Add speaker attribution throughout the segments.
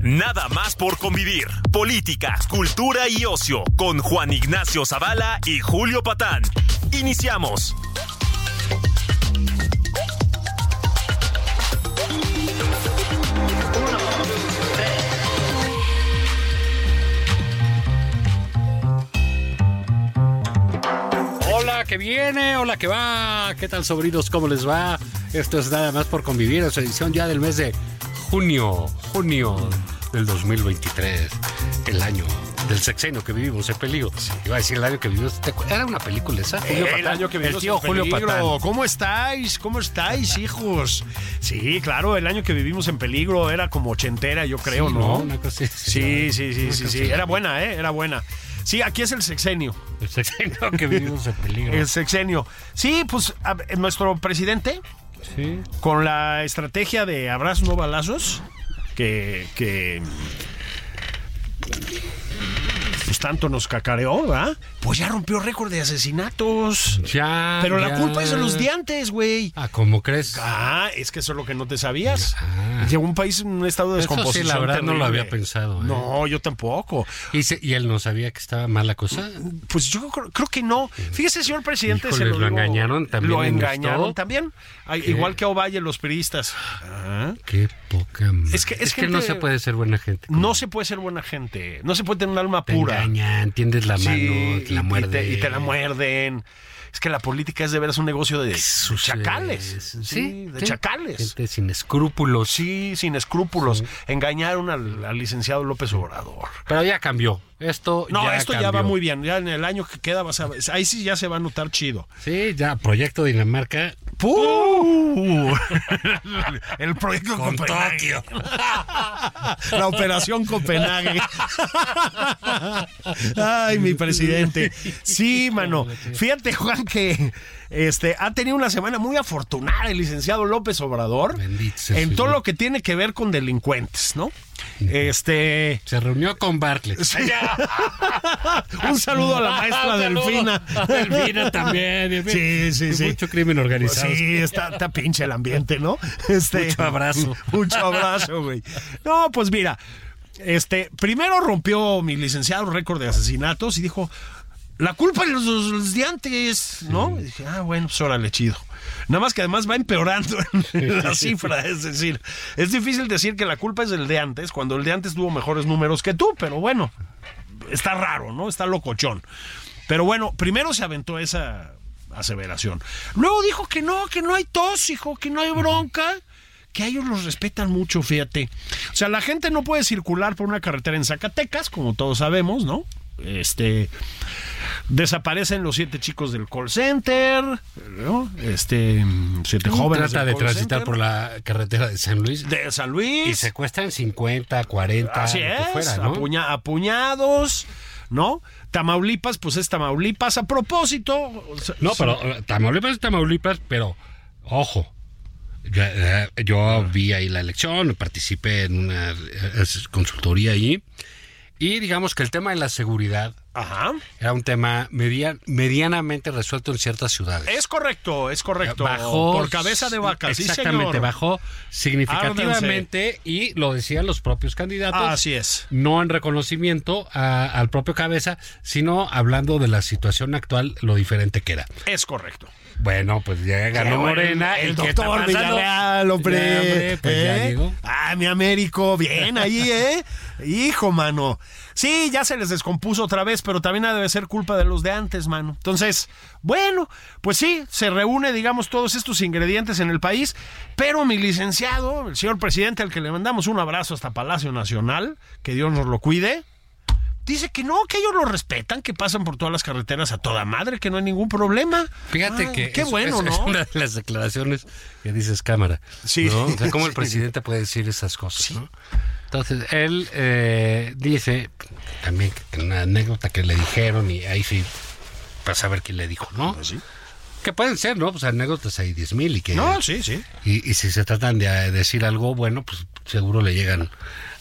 Speaker 1: Nada más por convivir. Política, cultura y ocio con Juan Ignacio Zavala y Julio Patán. Iniciamos.
Speaker 2: Hola que viene, hola que va, ¿qué tal sobrinos? ¿Cómo les va? Esto es nada más por convivir, es edición ya del mes de junio, junio del 2023, el año del sexenio que vivimos en peligro. Iba a decir el año que vivimos, ¿te acu- era una película esa, Julio
Speaker 3: el
Speaker 2: Patán?
Speaker 3: año que vivimos
Speaker 2: el tío
Speaker 3: en
Speaker 2: Julio
Speaker 3: peligro.
Speaker 2: Patán.
Speaker 3: ¿Cómo estáis? ¿Cómo estáis, hijos? Sí, claro, el año que vivimos en peligro era como ochentera, yo creo,
Speaker 2: Sí,
Speaker 3: ¿no?
Speaker 2: Una cosa así.
Speaker 3: Sí, sí, sí,
Speaker 2: Una
Speaker 3: sí,
Speaker 2: cosa
Speaker 3: sí.
Speaker 2: así.
Speaker 3: Era buena, ¿eh? Era buena. Sí, aquí es el sexenio.
Speaker 2: El sexenio que vivimos en peligro.
Speaker 3: El sexenio. Sí, pues a- nuestro presidente,
Speaker 2: Sí.
Speaker 3: con la estrategia de abrazos no balazos, que, que pues tanto nos cacareó, ¿verdad? Pues ya rompió récord de asesinatos.
Speaker 2: Ya.
Speaker 3: Pero la
Speaker 2: Ah, ya.
Speaker 3: culpa es de los de antes, güey.
Speaker 2: Ah, ¿cómo crees?
Speaker 3: Ah, es que eso es lo que no te sabías.
Speaker 2: Ah.
Speaker 3: Llegó un país en un estado de
Speaker 2: Eso sí,
Speaker 3: descomposición.
Speaker 2: la verdad, no lo
Speaker 3: terrible.
Speaker 2: había pensado, ¿eh?
Speaker 3: No, yo tampoco.
Speaker 2: ¿Y, se- y él no sabía que estaba mala cosa.
Speaker 3: Pues yo creo, creo que no. Fíjese, señor presidente,
Speaker 2: Híjole,
Speaker 3: se lo,
Speaker 2: lo
Speaker 3: digo,
Speaker 2: engañaron también
Speaker 3: Lo
Speaker 2: en esto.
Speaker 3: engañaron también. Ay, Igual que a Ovalle, los periodistas. Ah.
Speaker 2: Qué poca madre.
Speaker 3: Es que- es
Speaker 2: no
Speaker 3: gente-
Speaker 2: se puede ser buena gente.
Speaker 3: No se puede ser buena gente. No se puede tener un alma
Speaker 2: te
Speaker 3: pura.
Speaker 2: engañan, tiendes la
Speaker 3: Sí,
Speaker 2: mano, te la
Speaker 3: y, y
Speaker 2: muerden.
Speaker 3: te, y te la muerden. Es que la política es de veras un negocio de
Speaker 2: sucio
Speaker 3: chacales.
Speaker 2: es.
Speaker 3: Sí, de
Speaker 2: sí.
Speaker 3: chacales.
Speaker 2: Gente sin escrúpulos.
Speaker 3: Sí, sin escrúpulos. Engañaron al- al licenciado López Obrador.
Speaker 2: Pero ya cambió. Esto
Speaker 3: No,
Speaker 2: ya
Speaker 3: esto
Speaker 2: cambió.
Speaker 3: ya va muy bien. Ya en el año que queda vas a ahí sí ya se va a notar chido.
Speaker 2: Sí, ya Proyecto Dinamarca
Speaker 3: ¡Puh! el proyecto
Speaker 2: con
Speaker 3: Copenhague.
Speaker 2: Tokio.
Speaker 3: La operación Copenhague. Ay, mi presidente. Sí, mano. Fíjate, Juan, que este ha tenido una semana muy afortunada el licenciado López Obrador
Speaker 2: Bendito sea
Speaker 3: en
Speaker 2: su
Speaker 3: todo
Speaker 2: Dios.
Speaker 3: lo que tiene que ver con delincuentes, ¿no? Este,
Speaker 2: Se reunió con Bartlett.
Speaker 3: un saludo a la maestra
Speaker 2: Un saludo.
Speaker 3: Delfina.
Speaker 2: Delfina también.
Speaker 3: Sí, sí,
Speaker 2: Hay
Speaker 3: sí.
Speaker 2: Mucho crimen organizado.
Speaker 3: Sí, está, está pinche el ambiente, ¿no? Este,
Speaker 2: Mucho abrazo.
Speaker 3: Mucho abrazo, güey. No, pues mira, este, primero rompió mi licenciado récord de asesinatos y dijo, la culpa de los, los de antes, ¿no? Y dije, ah, bueno, pues órale, chido. Nada más que además va empeorando la cifra, es decir, es difícil decir que la culpa es del de antes, cuando el de antes tuvo mejores números que tú, pero bueno, está raro, ¿no? Está locochón. Pero bueno, primero se aventó esa aseveración. Luego dijo que no, que no hay tos, hijo, que no hay bronca. Que a ellos los respetan mucho, fíjate. O sea, la gente no puede circular por una carretera en Zacatecas, como todos sabemos, ¿no? Este. Desaparecen los siete chicos del call center, ¿no? Este. Siete jóvenes.
Speaker 2: Trata
Speaker 3: del
Speaker 2: de
Speaker 3: call
Speaker 2: transitar
Speaker 3: center.
Speaker 2: por la carretera de San Luis.
Speaker 3: De San Luis.
Speaker 2: Y secuestran 50, 40,
Speaker 3: Así
Speaker 2: Ah, lo que
Speaker 3: es,
Speaker 2: fuera, ¿no?
Speaker 3: apuña- apuñados, ¿no? Tamaulipas, pues es Tamaulipas a propósito. o sea,
Speaker 2: No, pero eh, Tamaulipas es Tamaulipas, pero ojo. Yo, eh,
Speaker 3: Ah.
Speaker 2: yo vi ahí la elección, participé en una eh, es- consultoría ahí. Y digamos que el tema de la seguridad
Speaker 3: Ajá.
Speaker 2: era un tema media- medianamente resuelto en ciertas ciudades.
Speaker 3: Es correcto, es correcto. por cabeza de vaca, sí,
Speaker 2: Exactamente,
Speaker 3: señor.
Speaker 2: bajó significativamente y lo decían los propios candidatos.
Speaker 3: Así es.
Speaker 2: No en reconocimiento a- al propio cabeza, sino hablando de la situación actual, lo diferente que era.
Speaker 3: Es correcto.
Speaker 2: Bueno, pues ya ganó Morena.
Speaker 3: el,
Speaker 2: ¿y qué está
Speaker 3: doctor
Speaker 2: pasando?
Speaker 3: Villarreal, hombre.
Speaker 2: Ya, hombre, pues ya
Speaker 3: ¿Eh?
Speaker 2: llegó.
Speaker 3: Ah, mi Américo, bien ahí, ¿eh? Hijo, mano. Sí, ya se les descompuso otra vez, pero también debe ser culpa de los de antes, mano. Entonces, bueno, pues sí, se reúne, digamos, todos estos ingredientes en el país, pero mi licenciado, el señor presidente, al que le mandamos un abrazo hasta Palacio Nacional, que Dios nos lo cuide, Dice que no, que ellos lo respetan, que pasan por todas las carreteras a toda madre, que no hay ningún problema.
Speaker 2: Fíjate
Speaker 3: Ah,
Speaker 2: que
Speaker 3: Qué
Speaker 2: es-
Speaker 3: bueno,
Speaker 2: es- es
Speaker 3: ¿no?
Speaker 2: una de las declaraciones que dices cámara.
Speaker 3: Sí.
Speaker 2: ¿no? O sea, cómo el
Speaker 3: Sí.
Speaker 2: presidente puede decir esas cosas, ¿no? Entonces, él eh, dice también que una anécdota que le dijeron y ahí sí, para saber quién le dijo, ¿no?
Speaker 3: Ah,
Speaker 2: Que pueden ser, ¿no? Pues anécdotas hay 10.000 mil y que...
Speaker 3: No, sí, sí.
Speaker 2: Y, y si se tratan de eh, decir algo bueno, pues seguro le llegan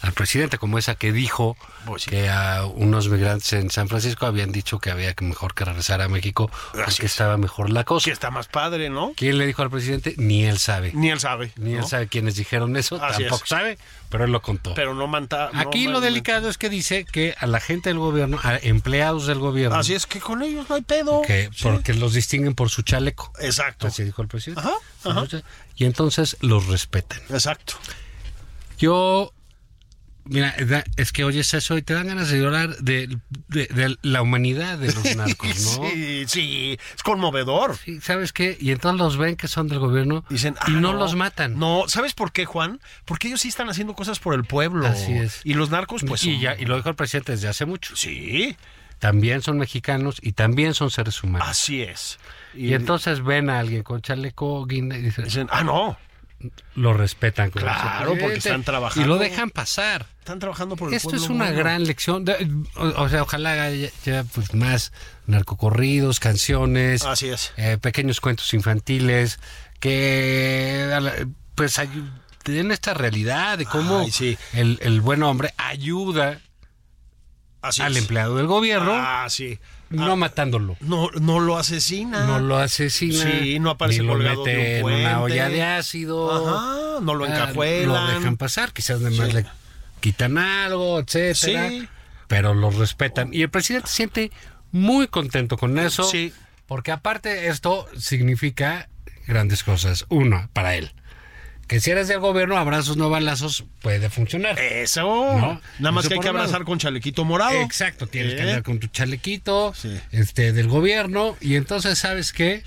Speaker 2: al presidente, como esa que dijo
Speaker 3: Pues sí.
Speaker 2: que a unos migrantes en San Francisco habían dicho que había que mejor que regresar a México
Speaker 3: Así
Speaker 2: porque
Speaker 3: es.
Speaker 2: estaba mejor la cosa.
Speaker 3: Que está más padre, ¿no?
Speaker 2: ¿Quién le dijo al presidente? Ni él sabe.
Speaker 3: Ni él sabe.
Speaker 2: Ni
Speaker 3: ¿no?
Speaker 2: él sabe quiénes dijeron eso,
Speaker 3: Así
Speaker 2: tampoco
Speaker 3: es.
Speaker 2: sabe, pero él lo contó.
Speaker 3: Pero no manta. no
Speaker 2: Aquí lo
Speaker 3: man-
Speaker 2: delicado es que dice que a la gente del gobierno, a empleados del gobierno,
Speaker 3: Así es que con ellos no hay pedo.
Speaker 2: que
Speaker 3: Sí.
Speaker 2: porque los distinguen por su chaleco.
Speaker 3: Exacto.
Speaker 2: Así dijo el presidente.
Speaker 3: Ajá, ajá.
Speaker 2: Y entonces los respetan.
Speaker 3: Exacto.
Speaker 2: Yo, mira, da- es que oyes eso y te dan ganas de llorar de, de- de la humanidad de los narcos, Pues ¿no?
Speaker 3: Sí, sí. Es conmovedor.
Speaker 2: Sí, ¿Sabes qué? Y entonces los ven que son del gobierno
Speaker 3: Dicen,
Speaker 2: y
Speaker 3: "Ah,
Speaker 2: no, los matan.
Speaker 3: No, ¿sabes por qué, Juan? Porque ellos sí están haciendo cosas por el pueblo.
Speaker 2: Así es.
Speaker 3: Y los narcos, pues.
Speaker 2: y,
Speaker 3: son-
Speaker 2: ya, y lo dijo el presidente desde hace mucho.
Speaker 3: Sí,
Speaker 2: También son mexicanos y también son seres humanos.
Speaker 3: así es.
Speaker 2: y, entonces ven a alguien con chaleco guinda y dicen,
Speaker 3: Dicen, ah, no.
Speaker 2: lo respetan. como
Speaker 3: Claro,
Speaker 2: presidente".
Speaker 3: porque están trabajando.
Speaker 2: Y lo dejan pasar.
Speaker 3: Están trabajando por el
Speaker 2: Esto
Speaker 3: pueblo.
Speaker 2: es una
Speaker 3: bueno.
Speaker 2: gran lección. de- o, o sea, ojalá haya, haya, pues, más narcocorridos, canciones,
Speaker 3: Así es.
Speaker 2: eh, pequeños cuentos infantiles, que a la- pues ay- te den esta realidad de cómo
Speaker 3: Ay, sí.
Speaker 2: el, el buen hombre ayuda
Speaker 3: Así
Speaker 2: al
Speaker 3: es.
Speaker 2: empleado del gobierno,
Speaker 3: Ah, sí.
Speaker 2: no matándolo.
Speaker 3: No, no lo asesina.
Speaker 2: No lo asesina.
Speaker 3: Sí, no aparece
Speaker 2: ni lo
Speaker 3: colgado
Speaker 2: mete
Speaker 3: de un
Speaker 2: en una
Speaker 3: puente.
Speaker 2: olla de ácido.
Speaker 3: Ajá, no lo
Speaker 2: Ah,
Speaker 3: encajuelan.
Speaker 2: Lo dejan pasar, quizás además
Speaker 3: Sí.
Speaker 2: le quitan algo, etcétera.
Speaker 3: Sí.
Speaker 2: Pero los respetan. Y el presidente se siente muy contento con eso.
Speaker 3: Sí.
Speaker 2: Porque aparte esto significa grandes cosas. Uno, para él. Que si eres del gobierno, abrazos no balazos puede funcionar.
Speaker 3: Eso.
Speaker 2: No,
Speaker 3: Nada más
Speaker 2: eso
Speaker 3: que hay
Speaker 2: por
Speaker 3: que
Speaker 2: un lado.
Speaker 3: abrazar con chalequito morado.
Speaker 2: Exacto, tienes
Speaker 3: ¿Eh?
Speaker 2: que andar con tu chalequito
Speaker 3: Sí.
Speaker 2: este, del gobierno y entonces sabes qué?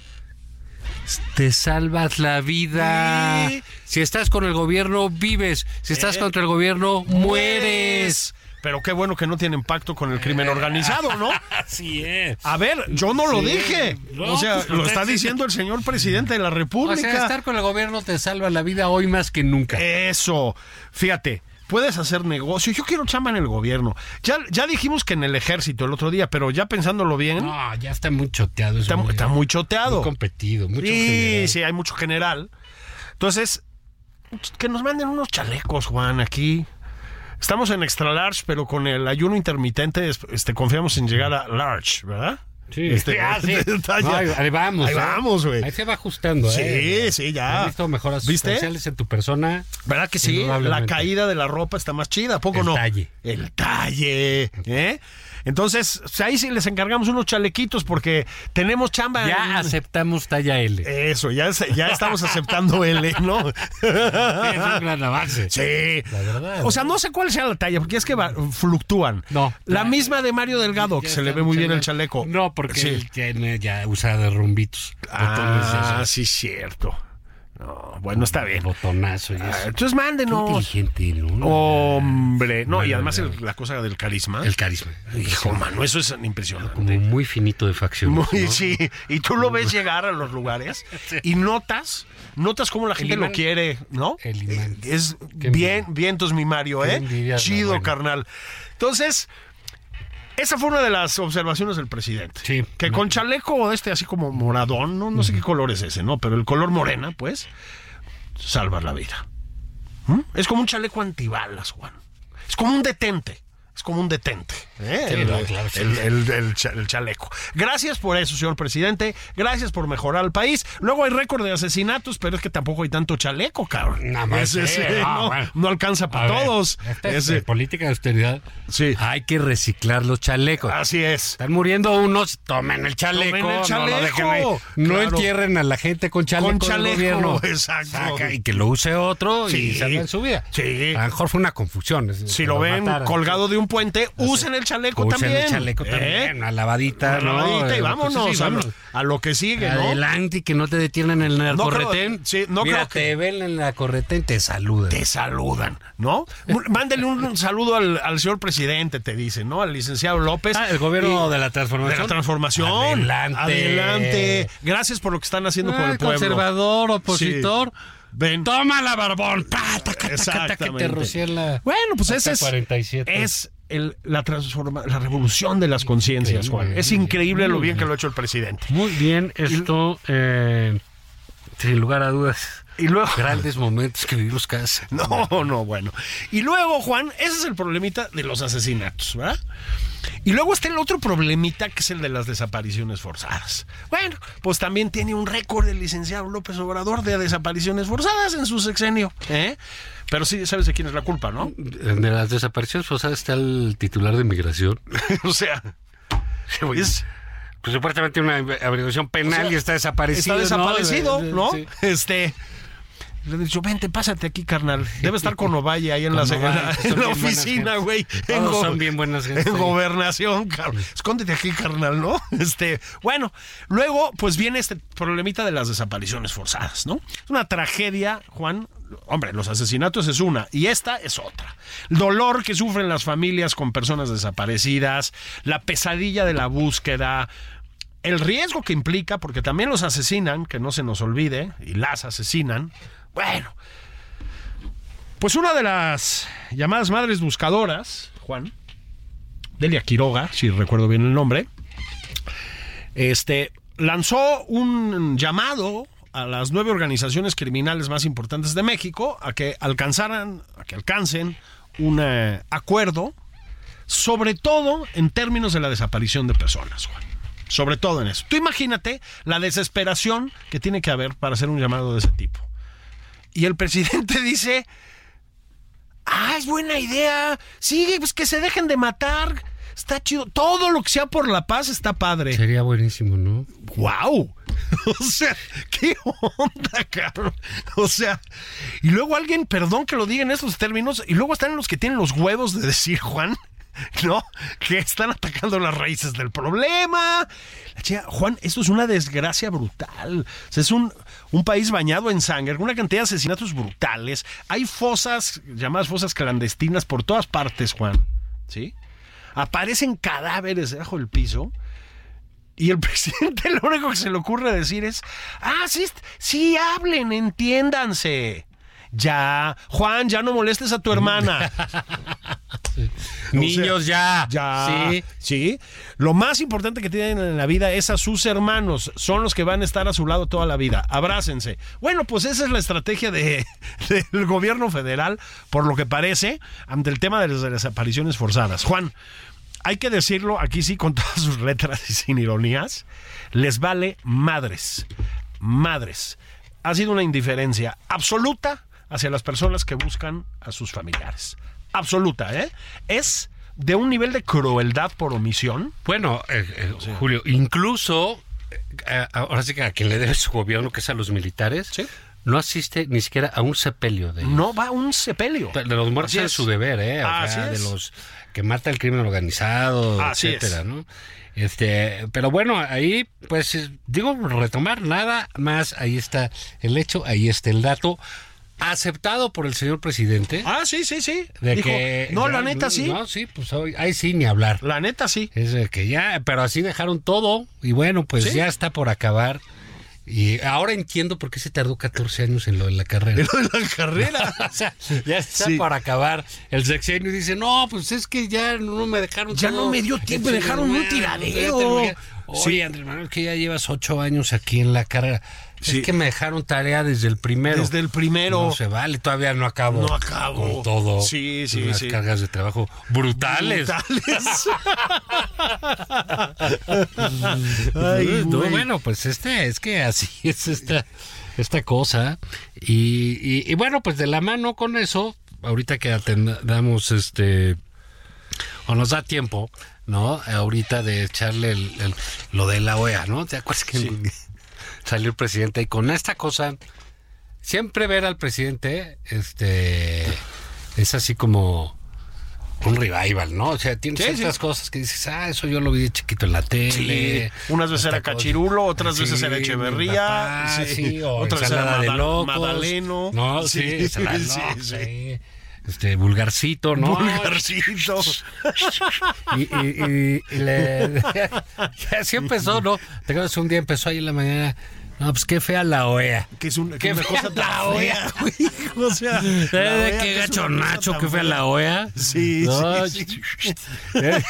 Speaker 2: Te salvas la vida.
Speaker 3: Sí.
Speaker 2: Si estás con el gobierno, vives. Si estás
Speaker 3: ¿Eh?
Speaker 2: contra el gobierno, mueres.
Speaker 3: Pero qué bueno que no tienen pacto con el crimen organizado, ¿no? Ah,
Speaker 2: Así es.
Speaker 3: A ver, yo no lo
Speaker 2: Eh. Sí.
Speaker 3: dije.
Speaker 2: No,
Speaker 3: o sea,
Speaker 2: pues,
Speaker 3: lo está
Speaker 2: usted sí.
Speaker 3: diciendo el señor presidente de la
Speaker 2: O
Speaker 3: República.
Speaker 2: sea, estar con el gobierno te salva la vida hoy más que nunca.
Speaker 3: Eh. Eso. Fíjate, puedes hacer negocio. Yo quiero chamba en el gobierno. Ya, ya dijimos que en el ejército el otro día, pero ya pensándolo bien,
Speaker 2: No, ya está muy choteado.
Speaker 3: está, está muy choteado.
Speaker 2: Muy competido, mucho
Speaker 3: Sí,
Speaker 2: general.
Speaker 3: sí, hay mucho general. Entonces, que nos manden unos chalecos, Juan, aquí. Estamos en extra large, pero con el ayuno intermitente es- este, confiamos en llegar a large, ¿verdad?
Speaker 2: Sí.
Speaker 3: Este,
Speaker 2: Ah, sí.
Speaker 3: talla.
Speaker 2: No, ahí- ahí vamos.
Speaker 3: Ahí
Speaker 2: ¿eh?
Speaker 3: vamos, güey.
Speaker 2: Ahí se va ajustando,
Speaker 3: Sí,
Speaker 2: ¿eh?
Speaker 3: sí, ya.
Speaker 2: Has visto mejoras
Speaker 3: ¿Viste?
Speaker 2: sustanciales en tu persona.
Speaker 3: ¿Verdad que sí? La
Speaker 2: Indudablemente.
Speaker 3: caída de la ropa está más chida, ¿a poco
Speaker 2: El
Speaker 3: no?
Speaker 2: talle.
Speaker 3: El talle. ¿eh? Entonces, o sea, ahí sí les encargamos unos chalequitos porque tenemos chamba. en-
Speaker 2: Ya aceptamos talla L.
Speaker 3: Eso, ya, se- ya estamos aceptando L, ¿no?
Speaker 2: es un gran avance.
Speaker 3: Sí.
Speaker 2: La verdad,
Speaker 3: O sea, no sé cuál sea la talla, porque es que va- fluctúan.
Speaker 2: No.
Speaker 3: La misma de Mario Delgado, que
Speaker 2: Ya
Speaker 3: se le
Speaker 2: está
Speaker 3: ve muy bien el
Speaker 2: chale-
Speaker 3: chaleco.
Speaker 2: No, porque
Speaker 3: Sí.
Speaker 2: él tiene ya usa de rumbitos.
Speaker 3: Ah,
Speaker 2: botones
Speaker 3: sí, cierto. No, bueno, está
Speaker 2: de esos,
Speaker 3: bien.
Speaker 2: botonazo y
Speaker 3: Ah, Oh.
Speaker 2: eso.
Speaker 3: Entonces
Speaker 2: Qué
Speaker 3: mándenos.
Speaker 2: inteligente, ¿no?
Speaker 3: Hombre. No, y
Speaker 2: Bueno,
Speaker 3: además el-
Speaker 2: ya.
Speaker 3: la cosa del carisma.
Speaker 2: El carisma.
Speaker 3: Hijo, mano, eso es impresionante.
Speaker 2: Como muy finito de facción.
Speaker 3: Muy, sí, y tú lo ves llegar a los lugares y notas, notas cómo la gente lo
Speaker 2: imán.
Speaker 3: quiere, ¿no? Eh,
Speaker 2: El imán.
Speaker 3: Es
Speaker 2: Qué
Speaker 3: bien, bien entonces mi Mario,
Speaker 2: Qué
Speaker 3: ¿eh?
Speaker 2: envidia,
Speaker 3: Chido,
Speaker 2: bueno.
Speaker 3: carnal. Entonces, esa fue una de las observaciones del presidente.
Speaker 2: Sí.
Speaker 3: Que con chaleco este así como moradón, no, no sé qué color es ese, ¿no? Pero el color morena, pues, salva la vida. ¿Mm? Es como un chaleco antibalas, Juan. Es como un detente. Es como un detente. ¿eh?
Speaker 2: Sí,
Speaker 3: el,
Speaker 2: no, claro, sí.
Speaker 3: el- el- el cha- el chaleco. Gracias por eso, señor presidente. Gracias por mejorar al país. Luego hay récord de asesinatos, pero es que tampoco hay tanto chaleco, cabrón.
Speaker 2: Nada más,
Speaker 3: Ese-
Speaker 2: sí,
Speaker 3: ese,
Speaker 2: no,
Speaker 3: no,
Speaker 2: bueno. este
Speaker 3: no alcanza para todos. Ese-
Speaker 2: Esa política de austeridad.
Speaker 3: Sí.
Speaker 2: Hay que reciclar los chalecos.
Speaker 3: así es.
Speaker 2: Están muriendo unos, tomen el chaleco.
Speaker 3: Tomen el
Speaker 2: No,
Speaker 3: chaleco.
Speaker 2: lo dejen ahí. No
Speaker 3: Claro.
Speaker 2: entierren a la gente con chaleco.
Speaker 3: Con
Speaker 2: del
Speaker 3: chaleco,
Speaker 2: gobierno.
Speaker 3: exacto.
Speaker 2: Saca y que lo use otro
Speaker 3: Sí.
Speaker 2: y salga en su vida.
Speaker 3: Sí.
Speaker 2: A lo mejor fue una confusión. es-
Speaker 3: Si
Speaker 2: que
Speaker 3: lo ven
Speaker 2: mataran.
Speaker 3: colgado de un puente, usen el chaleco
Speaker 2: Coachen
Speaker 3: también.
Speaker 2: el chaleco
Speaker 3: ¿Eh?
Speaker 2: también, una lavadita,
Speaker 3: Una
Speaker 2: ¿no?
Speaker 3: lavadita
Speaker 2: Eh,
Speaker 3: y vámonos,
Speaker 2: entonces sí,
Speaker 3: vámonos a lo que sigue, ¿no?
Speaker 2: Adelante y que no te detienen en el
Speaker 3: No
Speaker 2: corretén.
Speaker 3: creo- sí, no
Speaker 2: Mira,
Speaker 3: creo que-
Speaker 2: te ven en la corretén, te saludan.
Speaker 3: Te saludan, ¿no? Un- Mándale un, un saludo al, al señor presidente, te dicen, ¿no? Al licenciado López.
Speaker 2: Ah, el gobierno
Speaker 3: Pues, Y-
Speaker 2: de la transformación.
Speaker 3: de la transformación.
Speaker 2: Adelante.
Speaker 3: Adelante. Gracias por lo que están haciendo por
Speaker 2: Ah,
Speaker 3: el pueblo.
Speaker 2: conservador, opositor.
Speaker 3: Sí. Ven.
Speaker 2: Toma la barbón. Pa, taca, taca, taca, que
Speaker 3: Exactamente.
Speaker 2: te rocié la.
Speaker 3: Bueno, pues
Speaker 2: Acá
Speaker 3: ese es,
Speaker 2: 47.
Speaker 3: es el- la, transforma, la revolución de las conciencias, Juan.
Speaker 2: Increíble.
Speaker 3: Es increíble lo bien que lo ha hecho el presidente.
Speaker 2: Muy bien, esto, eh, sin lugar a dudas,
Speaker 3: Y luego...
Speaker 2: grandes momentos que vivimos cada semana.
Speaker 3: No, no, bueno. Y luego, Juan, ese es el problemita de los asesinatos, ¿verdad? Y luego está el otro problemita que es el de las desapariciones forzadas. Bueno, pues también tiene un récord el licenciado López Obrador de desapariciones forzadas en su sexenio. ¿eh? Pero sí, sabes de quién es la culpa, ¿no?
Speaker 2: De las desapariciones forzadas está el titular de inmigración.
Speaker 3: o sea, es-
Speaker 2: Pues supuestamente una averiguación penal
Speaker 3: O sea,
Speaker 2: y está desaparecido.
Speaker 3: está desaparecido,
Speaker 2: ¿no? Eh,
Speaker 3: ¿no?
Speaker 2: Sí.
Speaker 3: Este. Le he dicho, vente, pásate aquí, carnal. Debe estar con Ovalle ahí en,
Speaker 2: Con
Speaker 3: la, en la-
Speaker 2: Ovalle, que son
Speaker 3: en la
Speaker 2: bien buenas
Speaker 3: oficina,
Speaker 2: gentes.
Speaker 3: güey. En
Speaker 2: Todos
Speaker 3: go-
Speaker 2: son bien buenas gentes.
Speaker 3: En gobernación, cabrón. Escóndete aquí, carnal, ¿no? Este, bueno, luego, pues viene este problemita de las desapariciones forzadas, ¿no? Es una tragedia, Juan. Hombre, los asesinatos es una y esta es otra. El dolor que sufren las familias con personas desaparecidas, la pesadilla de la búsqueda, el riesgo que implica, porque también los asesinan, que no se nos olvide, y las asesinan. Bueno, pues una de las llamadas madres buscadoras, Juan, Delia Quiroga, si recuerdo bien el nombre, este, lanzó un llamado a las nueve organizaciones criminales más importantes de México a que alcanzaran, a que alcancen un eh, acuerdo, sobre todo en términos de la desaparición de personas, Juan. Sobre todo en eso. Tú imagínate la desesperación que tiene que haber para hacer un llamado de ese tipo. Y el presidente dice, ah, es buena idea, sigue, pues que se dejen de matar, está chido, todo lo que sea por la paz está padre.
Speaker 2: Sería buenísimo, ¿no?
Speaker 3: ¡Wow! O sea, ¿qué onda, cabrón? O sea, y luego alguien, perdón que lo diga en esos términos, y luego están los que tienen los huevos de decir, Juan, ¿no? Que están atacando las raíces del problema. La chica, Juan, esto es una desgracia brutal. O sea, es un, un país bañado en sangre, una cantidad de asesinatos brutales. Hay fosas, llamadas fosas clandestinas, por todas partes, Juan. ¿Sí? Aparecen cadáveres debajo del piso. Y el presidente lo único que se le ocurre decir es, ah, sí, est- sí, hablen, entiéndanse. Ya, Juan, ya no molestes a tu hermana.
Speaker 2: Niños ya.
Speaker 3: ya,
Speaker 2: Sí.
Speaker 3: sí. Lo más importante que tienen en la vida es a sus hermanos. Son los que van a estar a su lado toda la vida. Abrácense. Bueno, pues esa es la estrategia de- del gobierno federal, por lo que parece, ante el tema de las desapariciones forzadas. Juan, hay que decirlo aquí sí con todas sus letras y sin ironías, les vale madres, madres. Ha sido una indiferencia absoluta hacia las personas que buscan a sus familiares. Absoluta, ¿eh? Es de un nivel de crueldad por omisión.
Speaker 2: Bueno, eh, eh, Julio, incluso, eh, ahora sí que a quien le debe su gobierno, que es a los militares,
Speaker 3: Sí.
Speaker 2: no asiste ni siquiera a un sepelio de
Speaker 3: No va a un sepelio.
Speaker 2: De los muertos
Speaker 3: Así
Speaker 2: es
Speaker 3: es.
Speaker 2: su deber, ¿eh? O
Speaker 3: Así
Speaker 2: sea, de
Speaker 3: es.
Speaker 2: los que mata el crimen organizado,
Speaker 3: Así
Speaker 2: etcétera,
Speaker 3: es.
Speaker 2: ¿no? Este, pero bueno, ahí, pues, es- digo, retomar nada más. Ahí está el hecho, ahí está el dato. Aceptado por el señor presidente.
Speaker 3: Ah, sí, sí, sí.
Speaker 2: de
Speaker 3: Dijo,
Speaker 2: que
Speaker 3: no,
Speaker 2: ya,
Speaker 3: la neta sí.
Speaker 2: No, sí, pues hoy- ahí sí, ni hablar.
Speaker 3: La neta sí.
Speaker 2: Es de que ya, pero así dejaron todo. Y bueno, pues
Speaker 3: Sí.
Speaker 2: ya está por acabar. Y ahora entiendo por qué se tardó 14 años en lo de la carrera.
Speaker 3: En la carrera.
Speaker 2: O sea, ya está
Speaker 3: Sí.
Speaker 2: para acabar el sexenio y dice, no, pues es que ya no me dejaron
Speaker 3: Ya no me dio tiempo, me dejaron un tiradero.
Speaker 2: Sí, Andrés Manuel, que ya llevas ocho años aquí en la carrera.
Speaker 3: Sí.
Speaker 2: Es que me dejaron tarea desde el primero.
Speaker 3: Desde el primero.
Speaker 2: No se vale, todavía no acabo.
Speaker 3: No acabo.
Speaker 2: Con todo.
Speaker 3: Sí, sí,
Speaker 2: Unas
Speaker 3: sí.
Speaker 2: cargas de trabajo brutales.
Speaker 3: Brutales. Ay,
Speaker 2: No,
Speaker 3: güey.
Speaker 2: bueno, pues este, es que así es esta, esta cosa. Y, y- y bueno, pues de la mano con eso, ahorita que atendamos este, o nos da tiempo, ¿no? Ahorita de echarle el- el- lo de la OEA, ¿no? ¿Te acuerdas que salió el presidente? Y con esta cosa, siempre ver al presidente, este, es así como un revival, ¿no? O sea, tiene
Speaker 3: Sí,
Speaker 2: ciertas
Speaker 3: sí.
Speaker 2: cosas que dices, ah, eso yo lo vi de chiquito en la tele.
Speaker 3: Sí, unas veces
Speaker 2: Esta
Speaker 3: era
Speaker 2: cosa.
Speaker 3: Cachirulo, otras
Speaker 2: Sí,
Speaker 3: veces era Echeverría,
Speaker 2: mi papá,
Speaker 3: sí.
Speaker 2: sí, o
Speaker 3: Otras
Speaker 2: ensalada
Speaker 3: era
Speaker 2: de
Speaker 3: Mada-
Speaker 2: locos.
Speaker 3: Madaleno.
Speaker 2: No, sí,
Speaker 3: Sí,
Speaker 2: ensalada de
Speaker 3: sí,
Speaker 2: locos,
Speaker 3: sí.
Speaker 2: sí. Este, vulgarcito, ¿no?
Speaker 3: Vulgarcito.
Speaker 2: Y, y- y- y le- y así empezó, ¿no? Te acuerdas un día empezó ahí en la mañana. No, pues qué fea la OEA.
Speaker 3: Que es una, que
Speaker 2: Qué
Speaker 3: una
Speaker 2: fea
Speaker 3: cosa tan
Speaker 2: la OEA,
Speaker 3: fea, güey. O sea, la
Speaker 2: Eh,
Speaker 3: OEA,
Speaker 2: qué
Speaker 3: que es
Speaker 2: gacho
Speaker 3: una cosa
Speaker 2: Nacho,
Speaker 3: tan
Speaker 2: qué fea la OEA.
Speaker 3: Sí,
Speaker 2: No,
Speaker 3: sí, sí.
Speaker 2: Eh.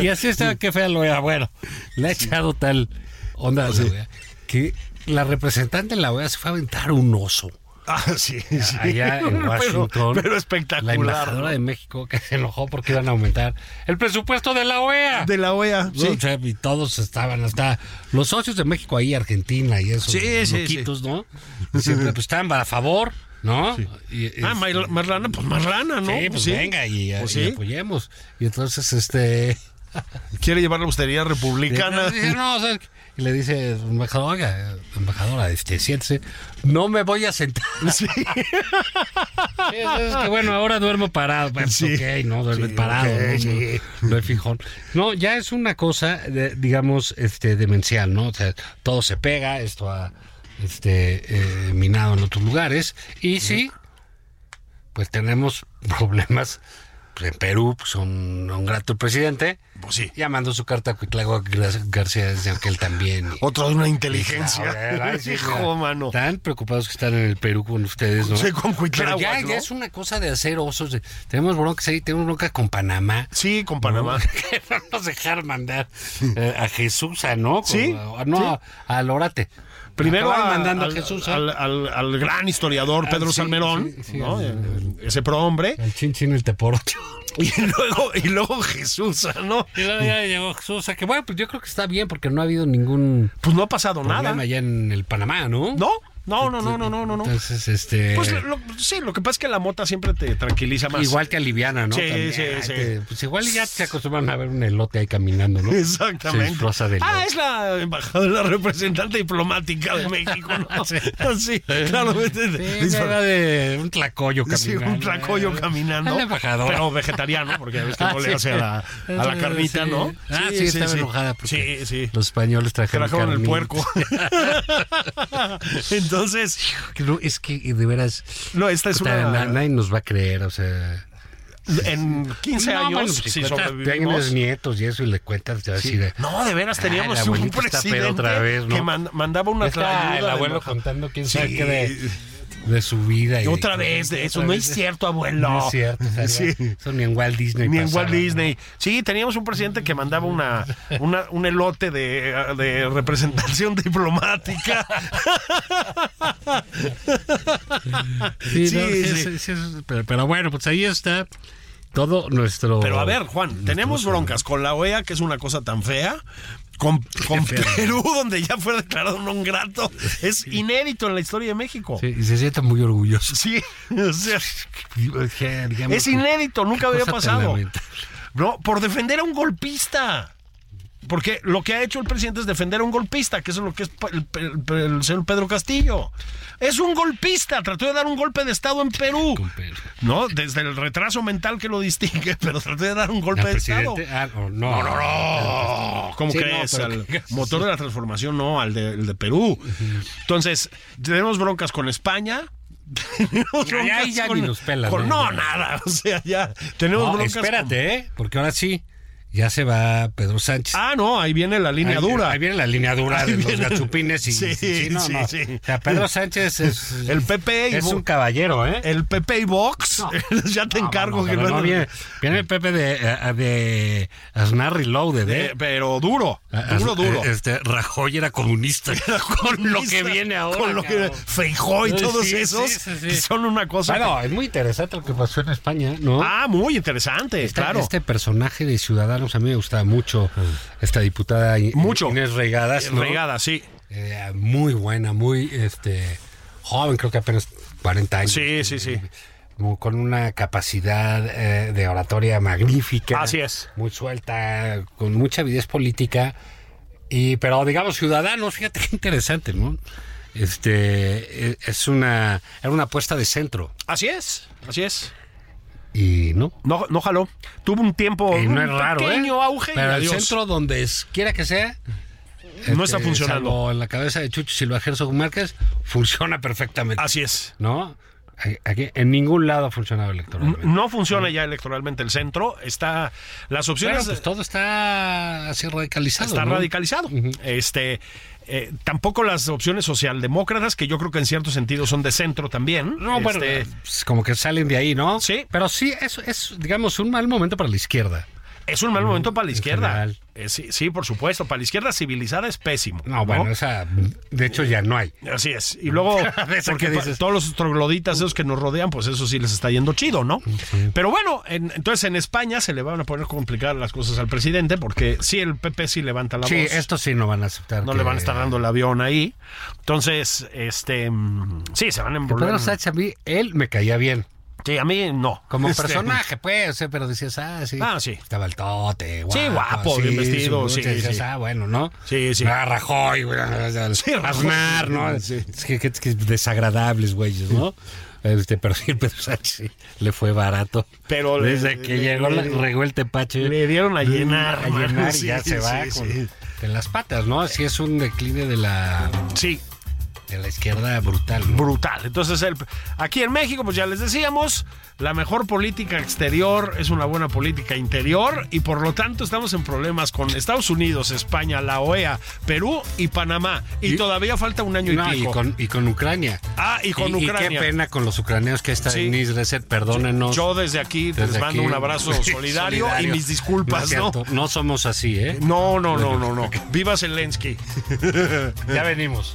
Speaker 2: y así está, qué fea la OEA. Bueno, le ha echado tal onda a la OEA que la representante de la OEA se fue a aventar un oso.
Speaker 3: Ah, sí, sí.
Speaker 2: Allá en
Speaker 3: Pero-
Speaker 2: Washington.
Speaker 3: Pero,
Speaker 2: La
Speaker 3: espectacular.
Speaker 2: embajadora de México que se enojó porque iban a aumentar el presupuesto de la OEA.
Speaker 3: De la OEA,
Speaker 2: No,
Speaker 3: sí.
Speaker 2: o sea, y todos estaban, hasta los socios de México ahí, Argentina y esos
Speaker 3: Sí, sí,
Speaker 2: loquitos, ¿no? Y siempre pues, estaban a favor, ¿no? Y, es-
Speaker 3: Ah, Mar- Marlana, pues Marlana, ¿no?
Speaker 2: Sí, pues venga y,
Speaker 3: Pues
Speaker 2: y
Speaker 3: sí.
Speaker 2: apoyemos. Y entonces, este.
Speaker 3: Quiere llevar la austeridad republicana.
Speaker 2: dice, no, o sea, y le dice, embajadora, oiga, embajadora, este, siéntese. No me voy a sentar.
Speaker 3: Sí.
Speaker 2: Sí, es que, bueno, ahora duermo parado. Bueno, pues,
Speaker 3: Sí.
Speaker 2: ok, no, duerme
Speaker 3: Sí,
Speaker 2: parado.
Speaker 3: ok,
Speaker 2: ¿no?
Speaker 3: sí.
Speaker 2: No, no hay fijón. No, ya es una cosa, de- digamos, este, demencial, ¿no? O sea, todo se pega, esto ha este, eh, minado en otros lugares. Y sí, pues tenemos problemas. Pues, en Perú, pues un, un grato presidente.
Speaker 3: Pues sí.
Speaker 2: Llamando su carta a Cuitlago García desde aquel también. Y-
Speaker 3: Otro de
Speaker 2: Ah,
Speaker 3: una
Speaker 2: bueno,
Speaker 3: inteligencia.
Speaker 2: ay, sí,
Speaker 3: Hijo,
Speaker 2: mira,
Speaker 3: mano.
Speaker 2: Tan preocupados que están en el Perú con ustedes, ¿no?
Speaker 3: Sí, con
Speaker 2: Pero
Speaker 3: Cuitláhuac,
Speaker 2: ya,
Speaker 3: ¿no?
Speaker 2: ya es una cosa de hacer osos. de- tenemos broncas ahí, tenemos bronca con Panamá.
Speaker 3: Sí, con Panamá.
Speaker 2: Que no nos dejar mandar eh, a Jesús, ¿a ¿no? Con-
Speaker 3: Sí,
Speaker 2: a- no,
Speaker 3: sí.
Speaker 2: a- al Orate.
Speaker 3: Primero
Speaker 2: Acabaron
Speaker 3: a-
Speaker 2: mandando
Speaker 3: al,
Speaker 2: a Jesús. ¿eh?
Speaker 3: al, al- al gran historiador
Speaker 2: Ah,
Speaker 3: Pedro
Speaker 2: sí,
Speaker 3: Salmerón,
Speaker 2: sí, sí,
Speaker 3: ¿no?
Speaker 2: al-
Speaker 3: El- ese prohombre,
Speaker 2: El chin chin, el teporocho.
Speaker 3: y luego, y luego Jesús, ¿ah, ¿no?
Speaker 2: Y luego ya llegó Jesús. a que bueno, pues yo creo que está bien porque no ha habido ningún
Speaker 3: Pues no ha pasado
Speaker 2: problema
Speaker 3: nada.
Speaker 2: allá en el Panamá, ¿no?
Speaker 3: No, no, no, no, no, no, no. no.
Speaker 2: Entonces, este.
Speaker 3: Pues lo- sí, lo que pasa es que la mota siempre te tranquiliza más.
Speaker 2: Igual te aliviana, ¿no?
Speaker 3: Sí,
Speaker 2: También,
Speaker 3: sí,
Speaker 2: ay,
Speaker 3: sí.
Speaker 2: te- pues igual ya te acostumbran a ver un elote ahí caminando, ¿no? Se
Speaker 3: Exactamente.
Speaker 2: disfraza de
Speaker 3: ah,
Speaker 2: elote.
Speaker 3: es la embajadora, la representante diplomática de México, ¿no? sí, claro.
Speaker 2: Sí, ya era de un tlacoyo
Speaker 3: Sí,
Speaker 2: caminando. Ah,
Speaker 3: un tracollo caminando.
Speaker 2: El embajador.
Speaker 3: Pero vegetariano, porque ya ves que
Speaker 2: Ah,
Speaker 3: no le
Speaker 2: sí.
Speaker 3: hace a la, a la carnita,
Speaker 2: Sí.
Speaker 3: ¿no?
Speaker 2: Ah, sí, estaba enojada porque
Speaker 3: Sí, sí.
Speaker 2: los españoles trajeron,
Speaker 3: Trajeron
Speaker 2: carnita.
Speaker 3: el puerco. Entonces,
Speaker 2: Que no, es que de veras,
Speaker 3: no, esta es
Speaker 2: puta, na-
Speaker 3: una.
Speaker 2: nadie nos va a creer, o sea...
Speaker 3: En 15
Speaker 2: No, bueno,
Speaker 3: años,
Speaker 2: pues,
Speaker 3: si
Speaker 2: cuentas,
Speaker 3: sobrevivimos.
Speaker 2: tienes nietos y eso y le cuentas, te vas a decir...
Speaker 3: No, de veras
Speaker 2: Ah,
Speaker 3: teníamos
Speaker 2: el
Speaker 3: un
Speaker 2: abuelito está pedo
Speaker 3: presidente
Speaker 2: otra vez, ¿no?
Speaker 3: que man- mandaba una
Speaker 2: Está
Speaker 3: trayuda
Speaker 2: el
Speaker 3: de
Speaker 2: abuelo
Speaker 3: embajador.
Speaker 2: contando quién
Speaker 3: Sí.
Speaker 2: sabe qué de, de su vida. Y
Speaker 3: Y
Speaker 2: de
Speaker 3: otra
Speaker 2: cosas.
Speaker 3: vez de eso,
Speaker 2: Otra
Speaker 3: no
Speaker 2: vez
Speaker 3: es
Speaker 2: de-
Speaker 3: cierto, abuelo.
Speaker 2: No es cierto. o sea,
Speaker 3: Sí.
Speaker 2: ya- Eso ni en Walt Disney
Speaker 3: Ni en
Speaker 2: pasaba,
Speaker 3: Walt
Speaker 2: ¿no?
Speaker 3: Disney. Sí, teníamos un presidente que mandaba una, una- un elote de, de representación diplomática.
Speaker 2: Sí,
Speaker 3: Sí,
Speaker 2: no, sí,
Speaker 3: sí.
Speaker 2: sí, sí, sí, pero, pero bueno, pues ahí está todo nuestro.
Speaker 3: Pero a ver, Juan, tenemos broncas con la OEA, que es una cosa tan fea. Con, con Perú, donde ya fue declarado no grato. Es inédito en la historia de México.
Speaker 2: Sí, y se siente muy orgulloso.
Speaker 3: Sí, o sea,
Speaker 2: Digamos
Speaker 3: es
Speaker 2: que-
Speaker 3: inédito, nunca había
Speaker 2: cosa tan
Speaker 3: pasado.
Speaker 2: lamentable.
Speaker 3: No, por defender a un golpista. Porque lo que ha hecho el presidente es defender a un golpista, que eso es lo que es pa- el, el- el señor Pedro Castillo. Es un golpista, trató de dar un golpe de Estado en Perú.
Speaker 2: Con Perú.
Speaker 3: No, desde el retraso mental que lo distingue, pero trató de dar un
Speaker 2: La
Speaker 3: golpe de Estado.
Speaker 2: presidente- ah, no, no,
Speaker 3: No, no, no. Oh, ¿Cómo
Speaker 2: Sí, no,
Speaker 3: crees?
Speaker 2: pero
Speaker 3: al
Speaker 2: ¿qué-
Speaker 3: motor de la transformación, no, al de, el de Perú. Entonces, tenemos broncas con España. tenemos
Speaker 2: Ya, ya,
Speaker 3: broncas
Speaker 2: ahí ya
Speaker 3: con-
Speaker 2: ni nos pelan,
Speaker 3: con-
Speaker 2: ¿eh?
Speaker 3: no, nada. O sea, ya tenemos
Speaker 2: No,
Speaker 3: broncas. con-
Speaker 2: espérate, ¿eh? Porque ahora sí, ya se va Pedro Sánchez.
Speaker 3: Ah, no, ahí viene la línea
Speaker 2: Ahí-
Speaker 3: dura.
Speaker 2: Ahí viene la línea dura
Speaker 3: Ahí
Speaker 2: de los
Speaker 3: viene-
Speaker 2: gachupines y
Speaker 3: Sí,
Speaker 2: sí, no,
Speaker 3: sí,
Speaker 2: no.
Speaker 3: sí.
Speaker 2: O sea, Pedro Sánchez es
Speaker 3: El PP y
Speaker 2: es
Speaker 3: Bo-
Speaker 2: un caballero, ¿eh?
Speaker 3: el Pepe y Vox.
Speaker 2: No.
Speaker 3: ya te
Speaker 2: No,
Speaker 3: encargo
Speaker 2: no, no,
Speaker 3: que
Speaker 2: pero
Speaker 3: no-
Speaker 2: no, viene, viene el Pepe de, eh, de Aznar Reloaded, ¿eh?
Speaker 3: Eh, pero duro,
Speaker 2: Ah,
Speaker 3: duro,
Speaker 2: ah,
Speaker 3: duro.
Speaker 2: eh, Este, Rajoy era comunista. con lo que viene ahora.
Speaker 3: Con lo que
Speaker 2: cabrón.
Speaker 3: Feijó y
Speaker 2: Sí,
Speaker 3: todos
Speaker 2: sí,
Speaker 3: esos
Speaker 2: sí, sí, sí.
Speaker 3: que son una cosa.
Speaker 2: Bueno, es muy interesante lo que pasó en España, ¿no?
Speaker 3: ah, muy interesante,
Speaker 2: Este-
Speaker 3: claro. Ah.
Speaker 2: Este personaje de Ciudadanos, a mí me gustaba mucho esta diputada I-
Speaker 3: Mucho.
Speaker 2: Inés Regadas. ¿no?
Speaker 3: Regada, sí.
Speaker 2: Eh, muy buena, muy este joven, creo que apenas 40 años.
Speaker 3: Sí, sí, sí.
Speaker 2: Como Con una capacidad eh, de oratoria magnífica.
Speaker 3: Así es.
Speaker 2: Muy suelta, con mucha avidez política. Y, pero digamos, ciudadanos, fíjate qué interesante, ¿no? e, Este, eh, es una, era una apuesta de centro.
Speaker 3: Así es, así es.
Speaker 2: Y no.
Speaker 3: No, no jaló. Tuvo un tiempo.
Speaker 2: Y no es
Speaker 3: un
Speaker 2: raro,
Speaker 3: pequeño
Speaker 2: ¿eh?
Speaker 3: auge. y
Speaker 2: Pero el
Speaker 3: adiós.
Speaker 2: centro, donde es- quiera que sea,
Speaker 3: No
Speaker 2: este,
Speaker 3: está funcionando.
Speaker 2: salvo en la cabeza de Chucho Silva Herzog Márquez, funciona perfectamente.
Speaker 3: Así es.
Speaker 2: ¿No? Aquí, en ningún lado ha funcionado
Speaker 3: N-
Speaker 2: electoralmente.
Speaker 3: No funciona ya electoralmente el centro. Está. Las
Speaker 2: Bueno,
Speaker 3: opciones.
Speaker 2: pues todo está así radicalizado.
Speaker 3: está
Speaker 2: ¿no?
Speaker 3: radicalizado. Este. eh, tampoco las opciones socialdemócratas, que yo creo que en cierto sentido son de centro también.
Speaker 2: No, bueno,
Speaker 3: Este,
Speaker 2: pues, como que salen de ahí, ¿no?
Speaker 3: Sí.
Speaker 2: Pero sí, es, es, digamos, un mal momento para la izquierda.
Speaker 3: es un mal momento para la
Speaker 2: en
Speaker 3: izquierda.
Speaker 2: general.
Speaker 3: Eh, sí, sí, por supuesto. Para la izquierda civilizada es pésimo.
Speaker 2: No, bueno, esa, de hecho ya no hay.
Speaker 3: Así es. Y luego,
Speaker 2: De esa
Speaker 3: porque
Speaker 2: que
Speaker 3: pa-
Speaker 2: dices.
Speaker 3: todos los trogloditas esos que nos rodean, pues eso sí les está yendo chido, ¿no? Pero bueno, en- entonces en España se le van a poner complicadas las cosas al presidente, porque sí, el PP sí levanta la
Speaker 2: Sí,
Speaker 3: voz.
Speaker 2: esto sí no van a aceptar.
Speaker 3: no
Speaker 2: que-
Speaker 3: le van a estar dando el avión ahí. Entonces, este. mm, Sí, se van a envolver.
Speaker 2: Pedro Sánchez, a mí, él me caía bien.
Speaker 3: Sí, a mí no.
Speaker 2: Como
Speaker 3: Este,
Speaker 2: personaje, pues, eh, pero decías, ah, sí.
Speaker 3: Ah, sí.
Speaker 2: Estaba el tote, guapo.
Speaker 3: Sí, guapo, bien vestido,
Speaker 2: su-
Speaker 3: sí,
Speaker 2: decías,
Speaker 3: sí.
Speaker 2: ah, bueno, ¿no?
Speaker 3: Sí, sí.
Speaker 2: Ah, Rajoy, güey.
Speaker 3: Sí,
Speaker 2: Sí,
Speaker 3: Rajoy.
Speaker 2: Aznar, ¿no?
Speaker 3: Sí.
Speaker 2: Es que, que- que desagradables, güeyes, ¿no? Este, pero sí, Pedro Sánchez sí, le fue barato.
Speaker 3: Pero le-
Speaker 2: Desde que
Speaker 3: le-
Speaker 2: llegó,
Speaker 3: le-
Speaker 2: la- regó el tepache.
Speaker 3: le dieron a llenar,
Speaker 2: A llenar,
Speaker 3: mano,
Speaker 2: y ya
Speaker 3: sí,
Speaker 2: se va
Speaker 3: sí,
Speaker 2: con,
Speaker 3: sí.
Speaker 2: de las patas, ¿no? Así es un decline de la,
Speaker 3: Sí,
Speaker 2: de la izquierda brutal. ¿no?
Speaker 3: brutal. Entonces, el, aquí en México, pues ya les decíamos, la mejor política exterior es una buena política interior y por lo tanto estamos en problemas con Estados Unidos, España, la OEA, Perú y Panamá. Y,
Speaker 2: Y-
Speaker 3: todavía falta un año
Speaker 2: No,
Speaker 3: y
Speaker 2: y
Speaker 3: pico.
Speaker 2: con, y con Ucrania.
Speaker 3: Ah, y con
Speaker 2: qué
Speaker 3: Ucrania.
Speaker 2: pena con los ucranianos que esta
Speaker 3: Sí.
Speaker 2: Denise Reset, perdónenos.
Speaker 3: Yo desde aquí les
Speaker 2: Desde
Speaker 3: mando
Speaker 2: aquí,
Speaker 3: un abrazo
Speaker 2: sí,
Speaker 3: solidario, y mis
Speaker 2: es
Speaker 3: disculpas, ¿no?
Speaker 2: cierto, No somos así, ¿eh?
Speaker 3: No, no, no, no, no. Viva Zelensky.
Speaker 2: Ya venimos.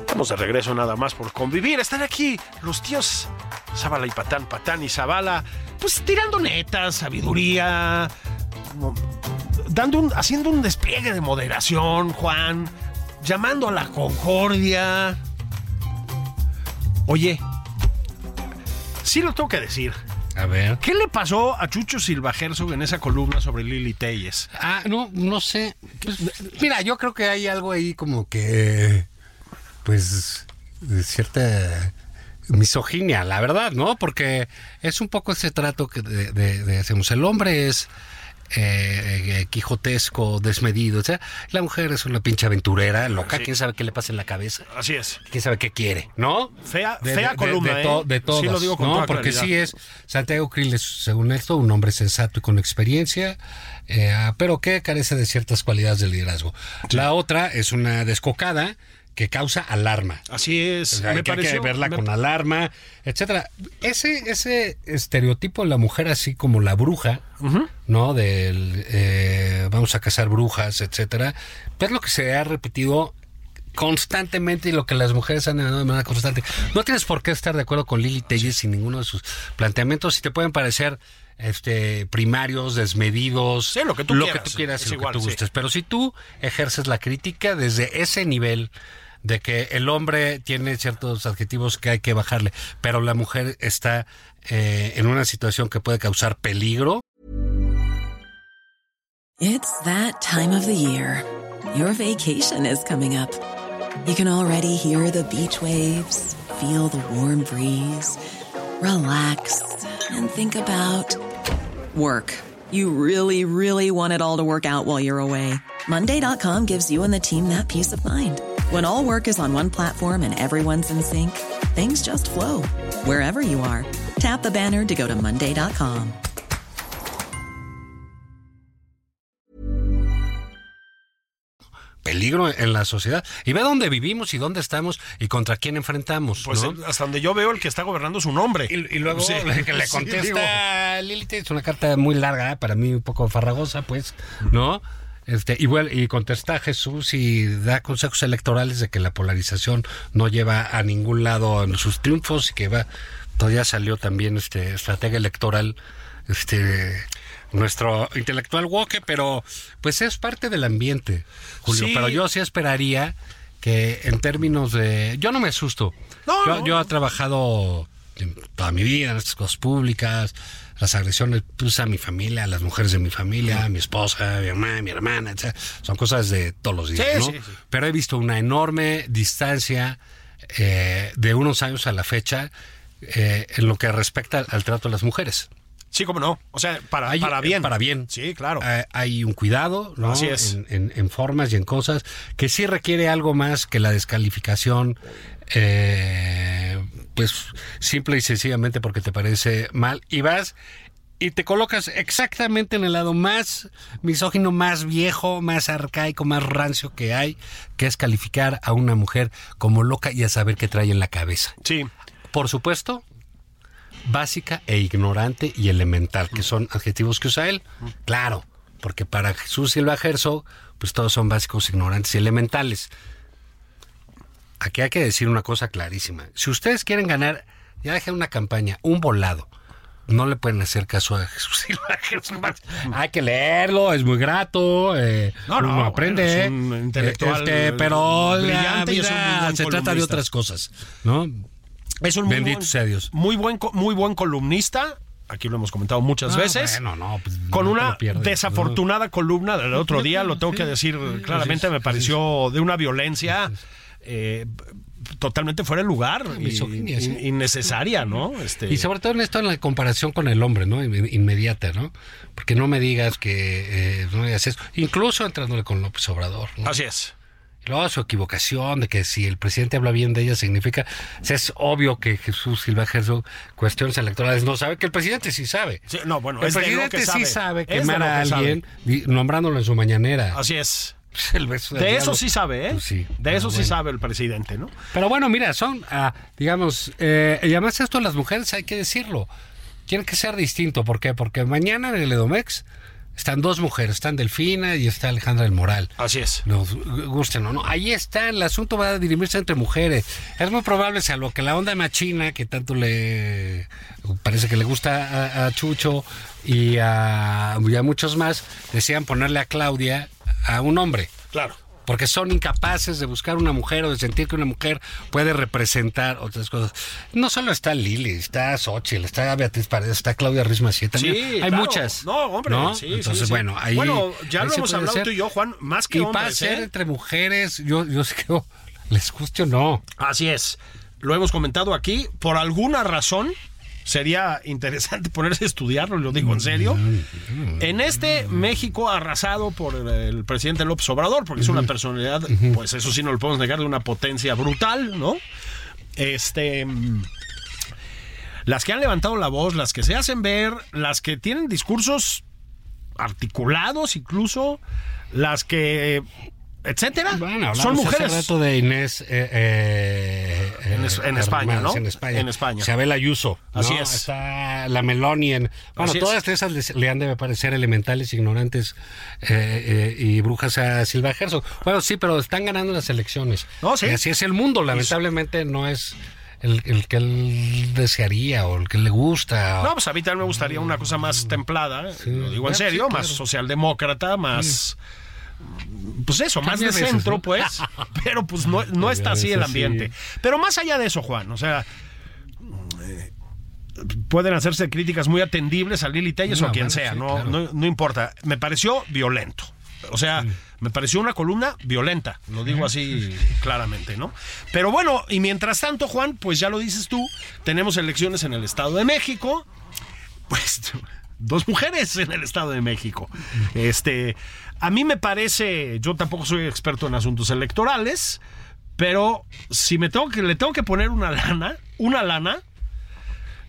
Speaker 3: Estamos de regreso nada más por convivir. Están aquí los tíos Zabala y Patán, Patán y Zabala, pues tirando netas, sabiduría, mo- dando un, haciendo un despliegue de moderación, Juan, llamando a la concordia. Oye, sí lo tengo que decir.
Speaker 2: A ver.
Speaker 3: ¿Qué le pasó a Chucho Silva Herzog en esa columna sobre Lili Telles?
Speaker 2: Ah, no, no sé. Pues, mira, yo creo que hay algo ahí como que. Pues. de cierta misoginia, la verdad, ¿no? Porque es un poco ese trato que de, de- de hacemos. El hombre es. eh, eh, quijotesco, desmedido, o sea, la mujer es una pinche aventurera, loca, quién sabe qué le pasa en la cabeza,
Speaker 3: Así es.
Speaker 2: quién sabe qué quiere, ¿no?
Speaker 3: Fea- fea columna,
Speaker 2: de,
Speaker 3: ¿eh?
Speaker 2: to- de
Speaker 3: Sí
Speaker 2: todas,
Speaker 3: lo digo con
Speaker 2: ¿no?
Speaker 3: toda
Speaker 2: Porque
Speaker 3: claridad.
Speaker 2: sí es Santiago Krill es, según esto, un hombre sensato y con experiencia, eh, pero que carece de ciertas cualidades de liderazgo. La otra es una descocada que causa alarma.
Speaker 3: Así
Speaker 2: O
Speaker 3: es.
Speaker 2: sea,
Speaker 3: me
Speaker 2: que Pues hay que
Speaker 3: pareció-
Speaker 2: verla
Speaker 3: me-
Speaker 2: con alarma, etcétera. Ese, ese estereotipo de la mujer así como la bruja, ¿no? Del eh, vamos a cazar brujas, etcétera. pues Es lo que se ha repetido constantemente y lo que las mujeres han dado de manera constante. No tienes por qué estar de acuerdo con Lili Telles sin ninguno de sus planteamientos. Si te pueden parecer este primarios, desmedidos,
Speaker 3: Sí, lo que tú quieras,
Speaker 2: quieras y
Speaker 3: es
Speaker 2: lo
Speaker 3: igual,
Speaker 2: que tú
Speaker 3: sí.
Speaker 2: gustes. Pero si tú ejerces la crítica desde ese nivel de que el hombre tiene ciertos adjetivos que hay que bajarle, pero la mujer está eh, en una situación que puede causar peligro,
Speaker 4: It's that time of the year. Your vacation is coming up. You can already hear the beach waves, feel the warm breeze, relax, and think about work. You really, really want it all to work out while you're away. Monday.com gives you and the team that peace of mind. When all work is on one platform and everyone's in sync, things just flow wherever you are. Tap the banner to go to Monday.com.
Speaker 2: peligro en la sociedad. Y ve dónde vivimos y dónde estamos y contra quién enfrentamos.
Speaker 3: Pues
Speaker 2: ¿no?
Speaker 3: eh, hasta donde yo veo el que está gobernando es un hombre.
Speaker 2: Y, y luego
Speaker 3: Sí,
Speaker 2: le, que le
Speaker 3: sí,
Speaker 2: contesta
Speaker 3: digo,
Speaker 2: a Lili Telles, una carta muy larga, para mí un poco farragosa, pues, ¿no? Este, y, bueno, y contesta a Jesús y da consejos electorales de que la polarización no lleva a ningún lado en sus triunfos y que va. Todavía salió también este estratega electoral, este nuestro intelectual woke, pero pues es parte del ambiente, Julio.
Speaker 3: Sí.
Speaker 2: Pero yo sí esperaría que en términos de. Yo no me asusto.
Speaker 3: No,
Speaker 2: yo,
Speaker 3: no.
Speaker 2: yo he trabajado en toda mi vida en estas cosas públicas, las agresiones pues, a mi familia, a las mujeres de mi familia, a mi esposa, a mi mamá, a mi hermana, etc. Son cosas de todos los días,
Speaker 3: Sí,
Speaker 2: ¿no?
Speaker 3: sí, sí.
Speaker 2: Pero he visto una enorme distancia eh, de unos años a la fecha eh, en lo que respecta al- al trato de las mujeres.
Speaker 3: Sí, como no. O sea, para,
Speaker 2: Hay- eh,
Speaker 3: para bien.
Speaker 2: Para bien.
Speaker 3: Sí, claro.
Speaker 2: Eh, hay un cuidado, ¿no?
Speaker 3: Así es.
Speaker 2: En, en- en formas y en cosas que sí requiere algo más que la descalificación, eh, pues simple y sencillamente porque te parece mal. Y vas y te colocas exactamente en el lado más misógino, más viejo, más arcaico, más rancio que hay, que es calificar a una mujer como loca y a saber qué trae en la cabeza
Speaker 3: Sí.
Speaker 2: por supuesto, básica e ignorante y elemental, que son adjetivos que usa él. Claro, porque para Jesús Silva Herzog, pues todos son básicos, ignorantes y elementales. Aquí hay que decir una cosa clarísima. Si ustedes quieren ganar, ya dejen una campaña, un volado. No le pueden hacer caso a Jesús Silva Herzog. Hay que leerlo, es muy grato. eh,
Speaker 3: No, no,
Speaker 2: uno aprende.
Speaker 3: bueno, es un
Speaker 2: eh,
Speaker 3: intelectual,
Speaker 2: este, pero la
Speaker 3: brillante y es un muy
Speaker 2: vida
Speaker 3: buen
Speaker 2: se trata de
Speaker 3: columnista.
Speaker 2: otras cosas, ¿no?
Speaker 3: Es un muy
Speaker 2: Bendito
Speaker 3: buen-
Speaker 2: sea Dios.
Speaker 3: Muy buen, co- muy buen columnista. Aquí lo hemos comentado muchas
Speaker 2: Ah,
Speaker 3: veces.
Speaker 2: bueno, no, pues,
Speaker 3: con
Speaker 2: no te
Speaker 3: una
Speaker 2: lo pierdes,
Speaker 3: desafortunada columna del otro día, lo tengo que decir claramente,
Speaker 2: así es,
Speaker 3: me pareció de una violencia eh, totalmente fuera de lugar, y-
Speaker 2: Ah, misoginia, sí.
Speaker 3: in- innecesaria, ¿no? Este,
Speaker 2: Y sobre todo en esto, en la comparación con el hombre, ¿no? In- Inmediata, ¿no? Porque no me digas que eh, no digas eso. Incluso entrándole con López Obrador, ¿no?
Speaker 3: así es.
Speaker 2: Y Luego su equivocación de que si el presidente habla bien de ella significa... o sea, es obvio que Jesús Silva Herzog, cuestiones electorales, no sabe que el presidente sí sabe.
Speaker 3: Sí, no, bueno,
Speaker 2: el
Speaker 3: es de lo
Speaker 2: presidente
Speaker 3: que sabe.
Speaker 2: sí sabe
Speaker 3: Es de
Speaker 2: quemar
Speaker 3: lo
Speaker 2: a
Speaker 3: que sabe.
Speaker 2: alguien di- nombrándolo en su mañanera.
Speaker 3: Así es.
Speaker 2: El beso del
Speaker 3: De eso
Speaker 2: diablo.
Speaker 3: sí sabe, ¿eh?
Speaker 2: Pues sí.
Speaker 3: De eso
Speaker 2: Ah,
Speaker 3: sí
Speaker 2: bueno.
Speaker 3: sabe el presidente, ¿no?
Speaker 2: Pero bueno, mira, son, ah, digamos, eh, y además esto las mujeres hay que decirlo. Tiene que ser distinto. ¿Por qué? Porque mañana en el Edomex están dos mujeres, están Delfina y está Alejandra del Moral.
Speaker 3: Así es.
Speaker 2: Nos gusten o no. Ahí está, el asunto va a dirimirse entre mujeres. Es muy probable, salvo que la onda machina, que tanto le parece que le gusta a, a Chucho y a, y a muchos más, decían ponerle a Claudia a un hombre
Speaker 3: Claro.
Speaker 2: porque son incapaces de buscar una mujer o de sentir que una mujer puede representar otras cosas. No solo está Lili, está Xochitl, está Beatriz Paredes, está Claudia Ruiz Macié también.
Speaker 3: Sí,
Speaker 2: Hay
Speaker 3: claro.
Speaker 2: muchas.
Speaker 3: No, hombre, sí, sí,
Speaker 2: Entonces,
Speaker 3: sí.
Speaker 2: bueno, ahí.
Speaker 3: Bueno, ya
Speaker 2: ahí
Speaker 3: lo
Speaker 2: se
Speaker 3: hemos
Speaker 2: puede
Speaker 3: hablado
Speaker 2: hacer.
Speaker 3: tú y yo, Juan, más que
Speaker 2: Y va a
Speaker 3: hombres,
Speaker 2: ser
Speaker 3: ¿eh?
Speaker 2: entre mujeres, yo, yo sé que oh, les guste o no.
Speaker 3: Así es. Lo hemos comentado aquí. Por alguna razón, sería interesante ponerse a estudiarlo, y lo digo en serio. En este México arrasado por el, el presidente López Obrador, porque es una personalidad, pues eso sí no lo podemos negar, de una potencia brutal, ¿no? Este. mm, Las que han levantado la voz, las que se hacen ver, las que tienen discursos articulados incluso, las que. etcétera.
Speaker 2: Bueno, hablamos
Speaker 3: Son mujeres.
Speaker 2: Hace rato de Inés eh, eh, eh,
Speaker 3: En es- en España,
Speaker 2: Hermanos,
Speaker 3: ¿no?
Speaker 2: En España.
Speaker 3: En España.
Speaker 2: Isabel Ayuso. ¿no?
Speaker 3: Así es.
Speaker 2: Está la Meloni. en- bueno,
Speaker 3: Así es.
Speaker 2: todas esas les- le han de parecer elementales, ignorantes eh, eh, y brujas a Silva Herzog. Bueno, sí, pero están ganando las elecciones.
Speaker 3: No, sí.
Speaker 2: Y así es el mundo. Lamentablemente no es el, el que él desearía o el que le gusta. o-
Speaker 3: No, pues a mí también me gustaría una cosa más templada, eh, lo digo en
Speaker 2: Ah, sí,
Speaker 3: serio, más
Speaker 2: claro.
Speaker 3: socialdemócrata, más... Pues eso, más
Speaker 2: Cambia
Speaker 3: de
Speaker 2: a veces,
Speaker 3: centro,
Speaker 2: ¿no?
Speaker 3: pues. Pero pues no, no está así el
Speaker 2: veces, sí.
Speaker 3: ambiente. Pero más allá de eso, Juan, o sea... eh, Pueden hacerse críticas muy atendibles a Lili Telles
Speaker 2: No,
Speaker 3: o a quien
Speaker 2: Ah, bueno,
Speaker 3: sea,
Speaker 2: sí,
Speaker 3: no,
Speaker 2: claro.
Speaker 3: no, no importa. Me pareció violento. O sea, me pareció una columna violenta, lo digo así claramente, ¿no? Pero bueno, y mientras tanto, Juan, pues ya lo dices tú, tenemos elecciones en el Estado de México, pues dos mujeres en el Estado de México. Este, a mí me parece, yo tampoco soy experto en asuntos electorales, pero si me tengo que le tengo que poner una lana, una lana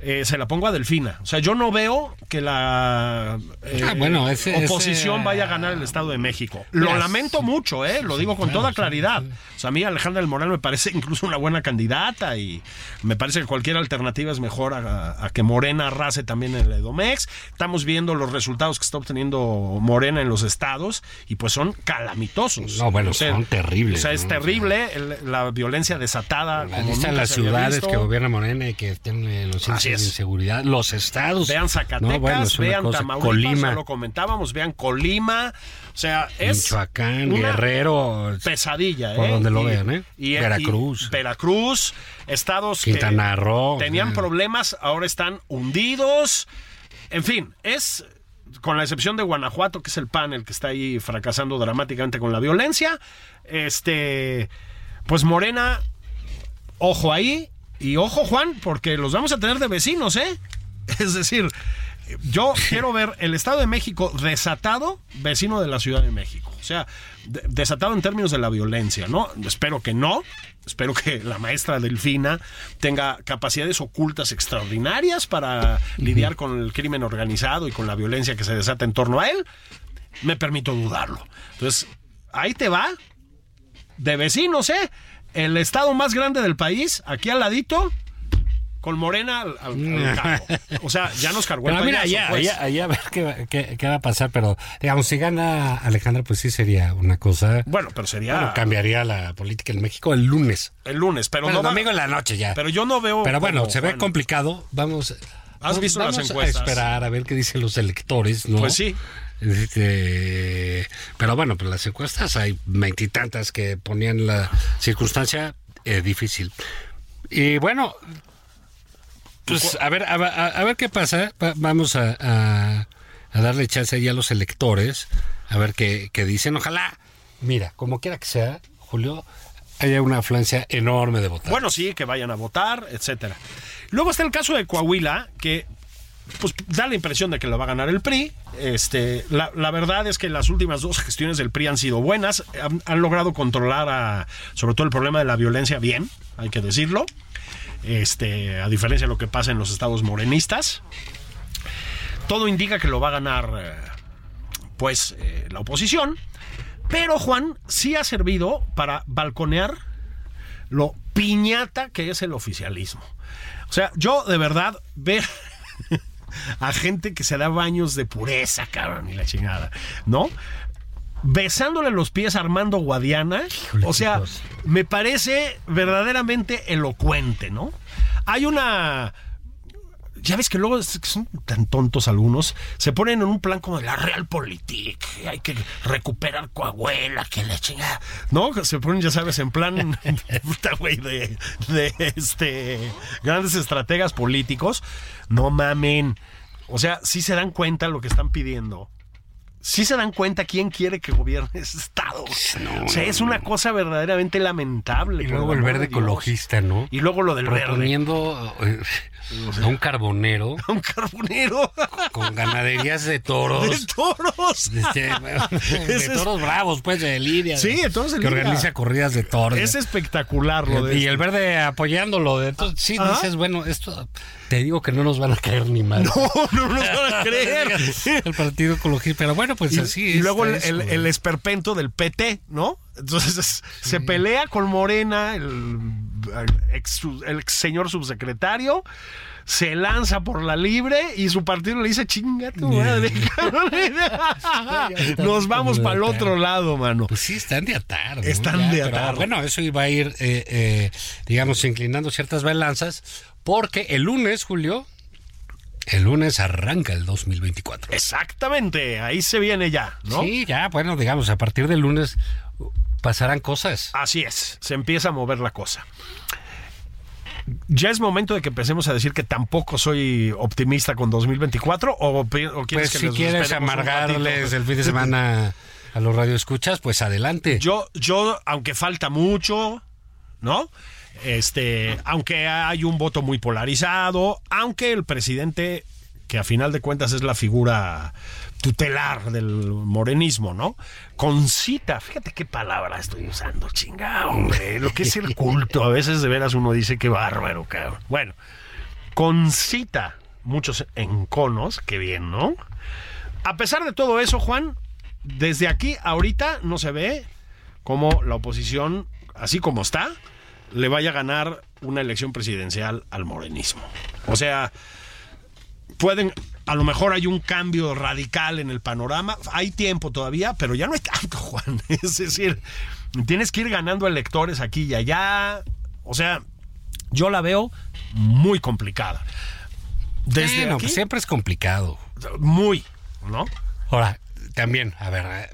Speaker 3: eh, se la pongo a Delfina. O sea, yo no veo que la eh,
Speaker 2: Ah, bueno, ese-
Speaker 3: oposición
Speaker 2: ese-
Speaker 3: vaya a ganar el Estado de México. Lo
Speaker 2: Mira,
Speaker 3: lamento mucho, ¿eh? Lo digo con
Speaker 2: claro,
Speaker 3: toda
Speaker 2: sí,
Speaker 3: claridad. O sea, a mí Alejandra del Moral me parece incluso una buena candidata y me parece que cualquier alternativa es mejor a, a que Morena arrase también en el Edomex. Estamos viendo los resultados que está obteniendo Morena en los estados y pues son calamitosos.
Speaker 2: No, bueno, son terribles,
Speaker 3: O sea, es
Speaker 2: ¿no?
Speaker 3: terrible el- la violencia desatada.
Speaker 2: La
Speaker 3: como
Speaker 2: lista de
Speaker 3: nunca
Speaker 2: las
Speaker 3: se había
Speaker 2: ciudades
Speaker 3: visto.
Speaker 2: que gobierna Morena y que tienen los
Speaker 3: Así
Speaker 2: índices de
Speaker 3: es.
Speaker 2: inseguridad, los estados.
Speaker 3: Vean Zacatecas,
Speaker 2: No, bueno, es una
Speaker 3: vean
Speaker 2: cosa.
Speaker 3: Tamaulipas,
Speaker 2: Colima,
Speaker 3: ya lo comentábamos, vean Colima, o sea, es
Speaker 2: Michoacán,
Speaker 3: una
Speaker 2: Guerrero,
Speaker 3: pesadilla,
Speaker 2: Pues, por
Speaker 3: ¿eh?
Speaker 2: donde lo
Speaker 3: Y-
Speaker 2: vean, ¿eh? Veracruz.
Speaker 3: Veracruz, estados
Speaker 2: Quintana
Speaker 3: que
Speaker 2: Roo,
Speaker 3: tenían
Speaker 2: eh.
Speaker 3: problemas, ahora están hundidos. En fin, es con la excepción de Guanajuato, que es el PAN el que está ahí fracasando dramáticamente con la violencia, este pues Morena ojo ahí y ojo Juan, porque los vamos a tener de vecinos, ¿eh? Es decir, yo quiero ver el Estado de México desatado, vecino de la Ciudad de México. O sea, de- desatado en términos de la violencia, ¿no? Espero que no. Espero que la maestra Delfina tenga capacidades ocultas extraordinarias para lidiar con el crimen organizado y con la violencia que se desata en torno a él. Me permito dudarlo. Entonces, ahí te va de vecinos, ¿eh? El estado más grande del país, aquí al ladito, con Morena al, al- al cargo. O sea, ya nos cargó el
Speaker 2: Mm. Pero mira,
Speaker 3: payaso,
Speaker 2: ya,
Speaker 3: pues.
Speaker 2: ya, ya, a ver qué, va- qué- qué va a pasar, pero digamos, si gana Alejandra, pues sí sería una cosa.
Speaker 3: Bueno, pero sería
Speaker 2: Bueno, cambiaría la política en México el lunes.
Speaker 3: el lunes, pero
Speaker 2: Bueno,
Speaker 3: no va-
Speaker 2: domingo en la noche ya.
Speaker 3: Pero yo no veo.
Speaker 2: Pero bueno,
Speaker 3: cómo,
Speaker 2: se ve
Speaker 3: Juan.
Speaker 2: complicado. Vamos. vamos-
Speaker 3: visto las
Speaker 2: vamos
Speaker 3: encuestas?
Speaker 2: A esperar a ver qué dicen los electores, ¿no?
Speaker 3: Pues sí.
Speaker 2: Este, pero bueno, pues las encuestas hay veintitantas que ponían la circunstancia eh, difícil. Y bueno, pues a ver, a, a- a ver qué pasa. Va- vamos a, a- a darle chance ahí a los electores, a ver qué, qué dicen. Ojalá, mira, como quiera que sea, Julio, haya una afluencia enorme de votantes.
Speaker 3: Bueno, sí, que vayan a votar, etcétera. Luego está el caso de Coahuila, que pues da la impresión de que lo va a ganar el PRI. Este, la, la verdad es que las últimas dos gestiones del PRI han sido buenas. Han, han logrado controlar a, sobre todo el problema de la violencia bien, hay que decirlo. Este, a diferencia de lo que pasa en los estados morenistas. Todo indica que lo va a ganar eh, pues eh, la oposición. Pero Juan sí ha servido para balconear lo piñata que es el oficialismo. O sea, yo de verdad ver a gente que se da baños de pureza, cabrón, y la chingada, ¿no? Besándole los pies a Armando Guadiana, o sea,
Speaker 2: chicos.
Speaker 3: me parece verdaderamente elocuente, ¿no? Hay una ya ves que luego es- que son tan tontos algunos, se ponen en un plan como de la realpolitik, que hay que recuperar Coahuila, que la chingada. No, se ponen, ya sabes, en plan puta, güey, de, de, este grandes estrategas políticos. No mamen. O sea, sí se dan cuenta lo que están pidiendo. Sí se dan cuenta quién quiere que gobierne ese estado. o sea, es una cosa verdaderamente lamentable.
Speaker 2: Pues Y
Speaker 3: por
Speaker 2: luego el
Speaker 3: amor
Speaker 2: verde
Speaker 3: de Dios.
Speaker 2: ecologista, ¿no?
Speaker 3: Y luego lo del verde.
Speaker 2: Proponiendo eh, a un carbonero
Speaker 3: Un carbonero.
Speaker 2: con ganaderías de toros.
Speaker 3: de toros.
Speaker 2: este, de
Speaker 3: Ese es-
Speaker 2: toros bravos, pues, de Lidia.
Speaker 3: Sí, de toros de
Speaker 2: Que
Speaker 3: Lidia.
Speaker 2: organiza corridas de toros.
Speaker 3: Es espectacular lo de. este.
Speaker 2: y el verde apoyándolo. Entonces, sí,
Speaker 3: Ajá.
Speaker 2: dices, bueno, esto te digo que no nos van a caer ni mal.
Speaker 3: No, no nos van a creer.
Speaker 2: El partido ecologista. Pero bueno, pues
Speaker 3: Y,
Speaker 2: así
Speaker 3: y
Speaker 2: es, eh.
Speaker 3: luego el,
Speaker 2: es,
Speaker 3: el- el esperpento del PT, ¿no? Entonces es- se pelea con Morena, el, ex, sub- el ex señor subsecretario, se lanza por la libre y su partido le dice: chinga tu madre, cabrón". Nos vamos para el otro lado, mano.
Speaker 2: Pues sí, están de atar. ¿no?
Speaker 3: Están de
Speaker 2: pero,
Speaker 3: atar.
Speaker 2: bueno, eso iba a ir, eh, eh, digamos, inclinando ciertas balanzas, porque el lunes, Julio, el lunes arranca el 2024.
Speaker 3: Exactamente, ahí se viene ya, ¿no?
Speaker 2: Sí, ya, bueno, digamos, a partir del lunes pasarán cosas.
Speaker 3: Así es, se empieza a mover la cosa. ¿Ya es momento de que empecemos a decir que tampoco soy optimista con 2024? ¿O, pi- o
Speaker 2: Pues
Speaker 3: quieres que
Speaker 2: si
Speaker 3: nos
Speaker 2: quieres
Speaker 3: esperemos un
Speaker 2: amargarles
Speaker 3: ratito?
Speaker 2: el fin de semana a los radioescuchas, pues adelante.
Speaker 3: Yo, yo, aunque falta mucho, ¿no? Este, aunque hay un voto muy polarizado, aunque el presidente, que a final de cuentas es la figura tutelar del morenismo, ¿no? Concita, fíjate qué palabra estoy usando, chingado, hombre, lo que es el culto, a veces de veras uno dice qué bárbaro, cabrón. Bueno, concita muchos enconos, qué bien, ¿no? A pesar de todo eso, Juan, desde aquí ahorita no se ve cómo la oposición, así como está, le vaya a ganar una elección presidencial al morenismo. O sea, pueden, a lo mejor hay un cambio radical en el panorama, hay tiempo todavía, pero ya no hay tanto, Juan. Es decir, tienes que ir ganando electores aquí y allá. O sea, yo la veo muy complicada. Desde
Speaker 2: Bueno,
Speaker 3: aquí,
Speaker 2: pues siempre es complicado.
Speaker 3: muy, ¿no?
Speaker 2: Ahora, también, a ver, eh,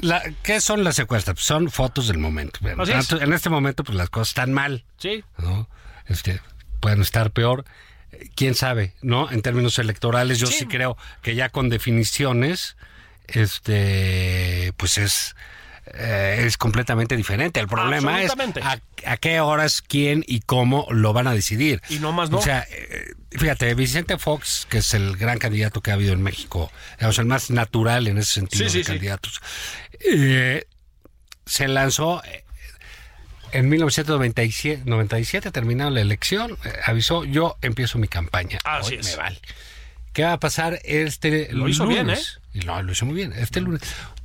Speaker 2: la- ¿qué son las encuestas? Pues son fotos del momento. En,
Speaker 3: Así es.
Speaker 2: tanto- en este momento, pues las cosas están mal,
Speaker 3: Sí.
Speaker 2: ¿no? Este, pueden estar peor. Eh, ¿Quién sabe? ¿No? En términos electorales, yo sí, creo que ya con definiciones, este, pues es. eh, es completamente diferente. El problema es
Speaker 3: Absolutamente.
Speaker 2: a, a qué horas, quién y cómo lo van a decidir.
Speaker 3: Y no más no.
Speaker 2: O sea, eh, fíjate, Vicente Fox, que es el gran candidato que ha habido en México, digamos, el más natural en ese sentido
Speaker 3: Sí, sí,
Speaker 2: de
Speaker 3: sí.
Speaker 2: candidatos, eh, se lanzó eh, en 1997, 97, terminada la elección, eh, avisó, yo empiezo mi campaña.
Speaker 3: Así
Speaker 2: Hoy
Speaker 3: es.
Speaker 2: Me vale. ¿Qué va a pasar este
Speaker 3: Lo hizo bien, ¿eh?
Speaker 2: lunes? Y no, lo hizo muy bien. Este lunes.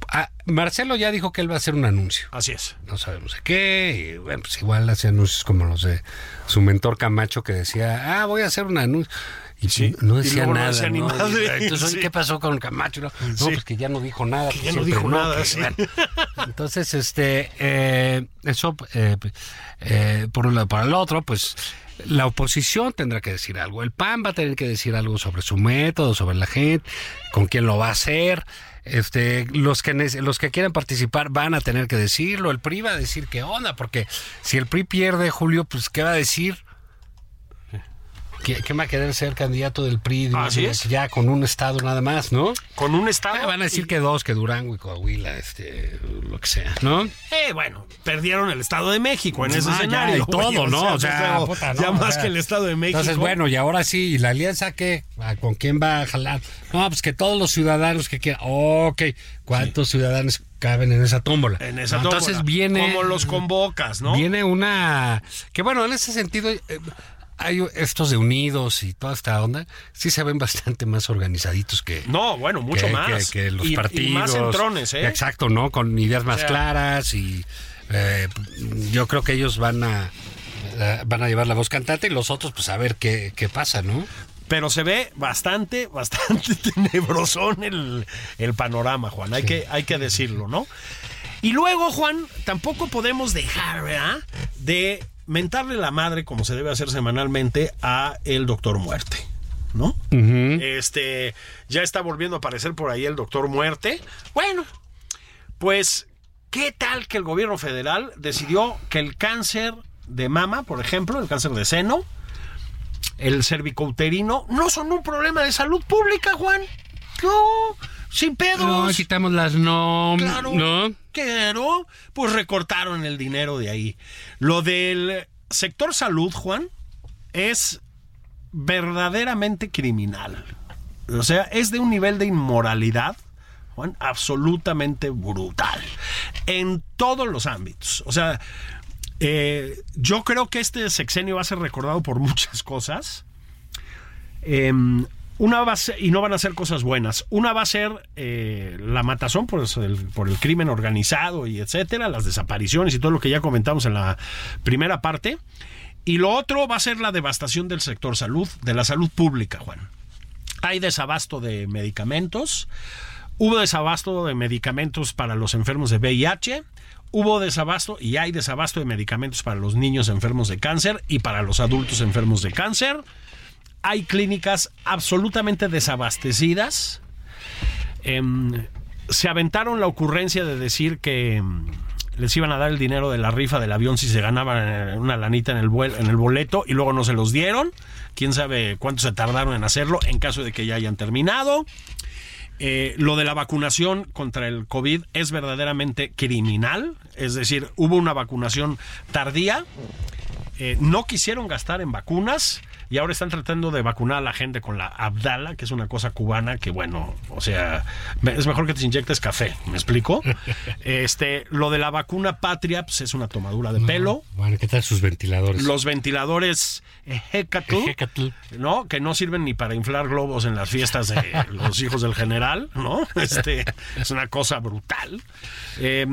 Speaker 2: Ah, Marcelo ya dijo que él va a hacer un anuncio
Speaker 3: Así es.
Speaker 2: no sabemos de qué. Y bueno, pues igual hace anuncios como los de su mentor Camacho que decía, ah, voy a hacer un anuncio. Y
Speaker 3: Sí,
Speaker 2: no
Speaker 3: y
Speaker 2: decía
Speaker 3: luego no
Speaker 2: nada.
Speaker 3: decía ni
Speaker 2: ¿no?
Speaker 3: madre,
Speaker 2: Y Entonces, oye,
Speaker 3: sí.
Speaker 2: ¿qué pasó con Camacho? No, no,
Speaker 3: Mm, Sí.
Speaker 2: pues que ya no dijo nada. pues
Speaker 3: ya no
Speaker 2: siempre
Speaker 3: dijo nada, sí.
Speaker 2: Entonces, este, eh, eso, eh, eh, por un lado, para el otro, pues la oposición tendrá que decir algo. El PAN va a tener que decir algo sobre su método, sobre la gente, con quién lo va a hacer. Este, los que nece- los que quieran participar van a tener que decirlo. El PRI va a decir qué onda, porque si el PRI pierde Julio, pues qué va a decir. ¿Qué, qué va a querer ser candidato del PRI?
Speaker 3: Así es.
Speaker 2: Ya con un estado nada más, ¿no?
Speaker 3: Con un estado.
Speaker 2: Ah, van a decir que dos, que Durango y Coahuila, este, lo que sea, ¿no?
Speaker 3: Eh, bueno, perdieron el Estado de México en ese
Speaker 2: Ah, ya,
Speaker 3: escenario.
Speaker 2: y
Speaker 3: güey,
Speaker 2: todo, ¿no? O sea,
Speaker 3: desde-
Speaker 2: puta,
Speaker 3: ya
Speaker 2: no, o
Speaker 3: más
Speaker 2: sea.
Speaker 3: que el Estado de México.
Speaker 2: Entonces, bueno, y ahora sí, ¿y la alianza qué? ¿A- ¿Con quién va a jalar? No, pues que todos los ciudadanos que quieran. Ok, ¿cuántos ciudadanos caben en esa tómbola?
Speaker 3: En esa
Speaker 2: No,
Speaker 3: tómbola.
Speaker 2: Entonces viene.
Speaker 3: Como los convocas, ¿no?
Speaker 2: Viene una. Que bueno, en ese sentido, eh, hay estos de Unidos y toda esta onda, sí se ven bastante más organizaditos que.
Speaker 3: No, bueno, mucho
Speaker 2: que-
Speaker 3: más.
Speaker 2: Que, que los
Speaker 3: Y- y
Speaker 2: partidos.
Speaker 3: más entrones, ¿eh?
Speaker 2: Exacto, ¿no? Con ideas más
Speaker 3: sea-
Speaker 2: claras y eh, yo creo que ellos van a eh, van a llevar la voz cantante y los otros pues a ver qué, qué pasa, ¿no?
Speaker 3: Pero se ve bastante, bastante tenebrosón el, el panorama, Juan. Hay, que, hay que decirlo, ¿no? Y luego, Juan, tampoco podemos dejar, ¿verdad? De mentarle la madre, como se debe hacer semanalmente, a el Doctor Muerte, ¿no? Este, ya está volviendo a aparecer por ahí el Doctor Muerte. Bueno, pues, ¿qué tal que el gobierno federal decidió que el cáncer de mama, por ejemplo, el cáncer de seno, el cervicouterino, no son un problema de salud pública, Juan? No, sin pedos.
Speaker 2: quitamos las no,
Speaker 3: Claro. Pero, pues recortaron el dinero de ahí. Lo del sector salud, Juan, es verdaderamente criminal. O sea, es de un nivel de inmoralidad, Juan, absolutamente brutal. En todos los ámbitos. O sea, eh, yo creo que este sexenio va a ser recordado por muchas cosas. Em, una va a ser- y no van a ser cosas buenas. Una va a ser eh, la matazón por el, por el crimen organizado y etcétera, las desapariciones y todo lo que ya comentamos en la primera parte. Y lo otro va a ser la devastación del sector salud, de la salud pública, Juan. Hay desabasto de medicamentos, hubo desabasto de medicamentos para los enfermos de VIH, hubo desabasto y hay desabasto de medicamentos para los niños enfermos de cáncer y para los adultos enfermos de cáncer hay clínicas absolutamente desabastecidas. Em, se aventaron la ocurrencia de decir que em, les iban a dar el dinero de la rifa del avión si se ganaban eh, una lanita en el, vuel- en el boleto y luego no se los dieron. Quién sabe cuánto se tardaron en hacerlo en caso de que ya hayan terminado. Eh, lo de la vacunación contra el COVID es verdaderamente criminal. Es decir, hubo una vacunación tardía eh, no quisieron gastar en vacunas y ahora están tratando de vacunar a la gente con la Abdala, que es una cosa cubana que, bueno, o sea, me- es mejor que te inyectes café, ¿me explico? este, lo de la vacuna patria, pues es una tomadura de pelo.
Speaker 2: Bueno, ¿qué tal sus ventiladores?
Speaker 3: Los ventiladores Hecatl,
Speaker 2: Ejecatl.
Speaker 3: ¿no? Que no sirven ni para inflar globos en las fiestas de los hijos del general, ¿no? Este, es una cosa brutal. Eh,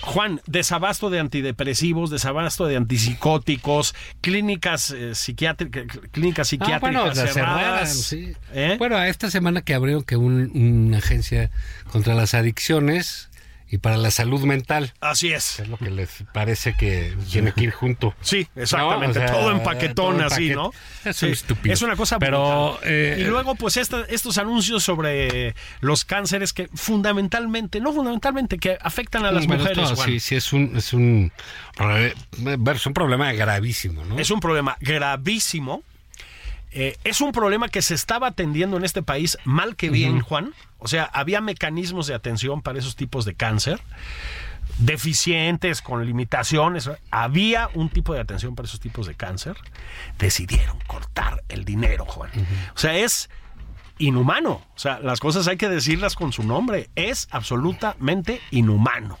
Speaker 3: Juan, desabasto de antidepresivos, desabasto de antipsicóticos, clínicas eh, psiquiátricas, clínicas
Speaker 2: Ah,
Speaker 3: psiquiátricas
Speaker 2: bueno, las cerraron,
Speaker 3: cerradas.
Speaker 2: sí.
Speaker 3: ¿eh?
Speaker 2: Bueno, esta semana que abrieron que un- una agencia contra las adicciones y para la salud mental.
Speaker 3: Así es.
Speaker 2: Es lo que les parece que tiene que ir junto.
Speaker 3: Sí, exactamente.
Speaker 2: No, o sea, eh,
Speaker 3: todo en paquetón
Speaker 2: todo en
Speaker 3: así,
Speaker 2: paquete.
Speaker 3: ¿no?
Speaker 2: Es
Speaker 3: Sí,
Speaker 2: un estúpido.
Speaker 3: Es una cosa
Speaker 2: Pero,
Speaker 3: brutal.
Speaker 2: eh,
Speaker 3: y luego, pues, esta- estos anuncios sobre los cánceres que fundamentalmente, no fundamentalmente, que afectan a las
Speaker 2: Bueno,
Speaker 3: mujeres,
Speaker 2: no,
Speaker 3: Juan.
Speaker 2: sí, sí, es un, es un, re- es un problema gravísimo, ¿no?
Speaker 3: Es un problema gravísimo. Eh, es un problema que se estaba atendiendo en este país mal que bien, Juan. O sea, había mecanismos de atención para esos tipos de cáncer, deficientes, con limitaciones. Había un tipo de atención para esos tipos de cáncer. Decidieron cortar el dinero, Juan. O sea, es inhumano. O sea, las cosas hay que decirlas con su nombre. Es absolutamente inhumano.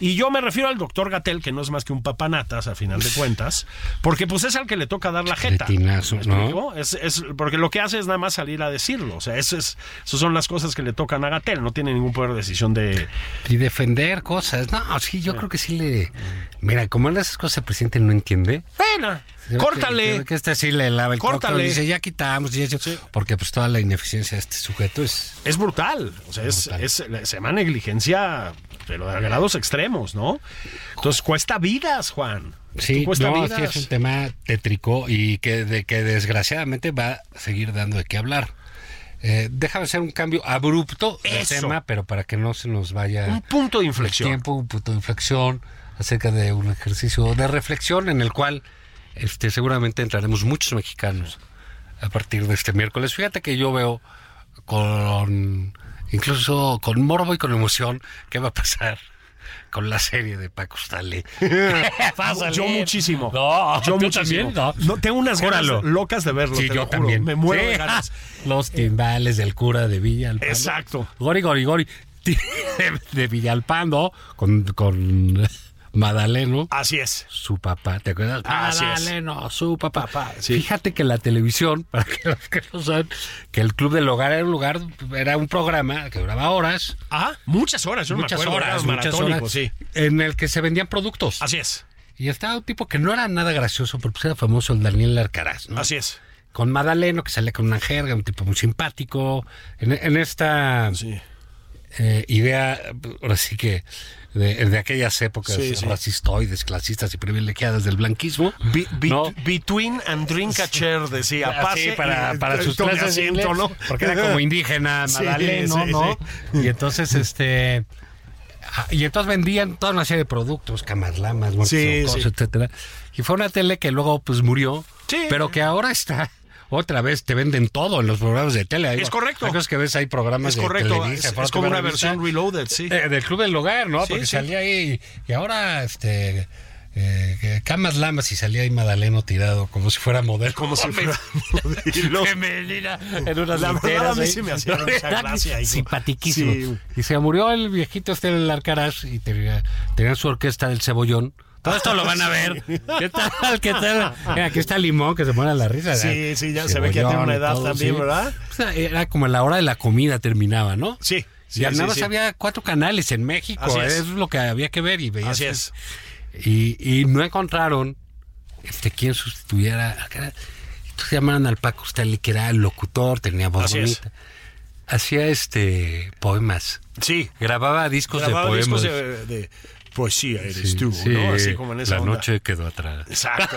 Speaker 3: Y yo me refiero al doctor Gatel, que no es más que un papanatas, a final de cuentas, porque pues es al que le toca dar la jeta.
Speaker 2: Cretinazo,
Speaker 3: ¿Me
Speaker 2: ¿no?
Speaker 3: explico? Es, es- porque lo que hace es nada más salir a decirlo. O sea, eso es, esas son las cosas que le tocan a Gatel. No tiene ningún poder de decisión de...
Speaker 2: Y defender cosas. No, sí, yo creo que sí le. Mira, como en esas cosas el presidente no entiende.
Speaker 3: Pena, córtale.
Speaker 2: Que, que este sí le lava el coco,
Speaker 3: Córtale.
Speaker 2: le dice, ya quitamos. y eso, Porque pues toda la ineficiencia de este sujeto es.
Speaker 3: Es brutal. O sea, es,
Speaker 2: Brutal. Eh.
Speaker 3: es- se llama negligencia, pero a grados extremos, ¿no? Entonces cuesta vidas, Juan. Esto
Speaker 2: Sí,
Speaker 3: cuesta
Speaker 2: no,
Speaker 3: vidas.
Speaker 2: sí, es un tema tétrico y que, de, que desgraciadamente va a seguir dando de qué hablar. Eh, déjame hacer un cambio abrupto de
Speaker 3: Eso.
Speaker 2: tema, pero para que no se nos vaya.
Speaker 3: un punto de inflexión.
Speaker 2: tiempo, un punto de inflexión acerca de un ejercicio de reflexión en el cual este, seguramente entraremos muchos mexicanos a partir de este miércoles. Fíjate que yo veo con incluso con morbo y con emoción qué va a pasar con la serie de Paco Stanley. Pásale.
Speaker 3: Yo muchísimo.
Speaker 2: No,
Speaker 3: yo
Speaker 2: ¿tú
Speaker 3: muchísimo.
Speaker 2: también? No.
Speaker 3: tengo unas ganas
Speaker 2: Júralo.
Speaker 3: locas de verlo.
Speaker 2: Sí,
Speaker 3: te
Speaker 2: yo
Speaker 3: lo juro.
Speaker 2: también.
Speaker 3: Me muero
Speaker 2: Sí.
Speaker 3: de ganas. Eh.
Speaker 2: Los timbales del cura de Villalpando.
Speaker 3: Exacto.
Speaker 2: Gori, gori, gori. De, de Villalpando con, con Madaleno.
Speaker 3: Así es.
Speaker 2: su papá, ¿te acuerdas?
Speaker 3: Ah,
Speaker 2: Ah,
Speaker 3: Así es.
Speaker 2: no, su papá.
Speaker 3: sí.
Speaker 2: Fíjate que la televisión, para que los que no saben, que el Club del Hogar era un lugar, era un programa que duraba horas,
Speaker 3: Ajá. Muchas horas. Yo no me
Speaker 2: Ah, muchas
Speaker 3: acuerdo,
Speaker 2: horas,
Speaker 3: eran
Speaker 2: muchas
Speaker 3: maratónicos,
Speaker 2: horas,
Speaker 3: Sí.
Speaker 2: en el que se vendían productos.
Speaker 3: Así es.
Speaker 2: Y estaba un tipo que no era nada gracioso, porque era famoso el Daniel Arcaraz, ¿no?
Speaker 3: Así es.
Speaker 2: Con Madaleno, que salía con una jerga, un tipo muy simpático. En, en esta
Speaker 3: Sí.
Speaker 2: eh, idea, ahora sí que de, de aquellas épocas
Speaker 3: Sí, sí.
Speaker 2: racistoides, clasistas y privilegiadas del blanquismo. ¿no?
Speaker 3: Between and drink a chair, decía. Pase
Speaker 2: Así, para,
Speaker 3: y-
Speaker 2: para sus
Speaker 3: tome
Speaker 2: clases de
Speaker 3: asiento,
Speaker 2: inglés,
Speaker 3: ¿no?
Speaker 2: porque era como indígena,
Speaker 3: Sí,
Speaker 2: madaleno,
Speaker 3: sí,
Speaker 2: ¿no? Y entonces, este... ah, Y entonces vendían toda una serie de productos, camas lamas, muertos,
Speaker 3: Sí,
Speaker 2: cosas,
Speaker 3: sí.
Speaker 2: etcétera. Y fue una tele que luego pues murió,
Speaker 3: Sí.
Speaker 2: pero que ahora está otra vez te venden todo en los programas de tele. Digo,
Speaker 3: correcto.
Speaker 2: Hay cosas que ves, hay programas
Speaker 3: Es
Speaker 2: de
Speaker 3: correcto.
Speaker 2: Televisa,
Speaker 3: Es,
Speaker 2: fuera
Speaker 3: es como
Speaker 2: de
Speaker 3: una
Speaker 2: revista.
Speaker 3: versión reloaded, sí.
Speaker 2: Eh, del Club del Hogar, ¿no?
Speaker 3: Sí,
Speaker 2: Porque
Speaker 3: sí.
Speaker 2: salía ahí y ahora este eh, que camas lamas y salía ahí Madaleno tirado como si fuera modelo.
Speaker 3: Como si fuera modelo.
Speaker 2: femenina en unas
Speaker 3: La verdad,
Speaker 2: literas,
Speaker 3: a mí
Speaker 2: ¿eh?
Speaker 3: sí me hacía mucha gracia, hijo.
Speaker 2: Simpatiquísimo.
Speaker 3: Sí.
Speaker 2: Y se murió el viejito este del Alcaraz y tenía, tenía su orquesta del Cebollón. Todo esto lo van a ver. ¿Qué tal? ¿Qué tal? Mira, aquí está Limón, que se muere la risa.
Speaker 3: Sí, sí, ya se ve que ya tiene
Speaker 2: Cebollón
Speaker 3: una
Speaker 2: y
Speaker 3: edad también, ¿verdad?
Speaker 2: O sea, era como la hora de la comida terminaba, ¿no?
Speaker 3: Sí,
Speaker 2: y
Speaker 3: sí,
Speaker 2: nada
Speaker 3: sí,
Speaker 2: más
Speaker 3: sí.
Speaker 2: había cuatro canales en México.
Speaker 3: Así es.
Speaker 2: es. lo que había que ver y veías.
Speaker 3: Así es.
Speaker 2: Y, y no encontraron este quién sustituyera a Alcaraz. Entonces llamaron al Paco Stanley, que era el locutor, tenía voz
Speaker 3: Así es.
Speaker 2: bonita. Hacía este poemas.
Speaker 3: Sí.
Speaker 2: Grababa discos
Speaker 3: Grababa
Speaker 2: de
Speaker 3: discos
Speaker 2: poemas.
Speaker 3: de, de poesía, eres
Speaker 2: Sí,
Speaker 3: tú,
Speaker 2: sí,
Speaker 3: ¿no? Así como en esa
Speaker 2: la
Speaker 3: onda.
Speaker 2: noche quedó atrás.
Speaker 3: Exacto.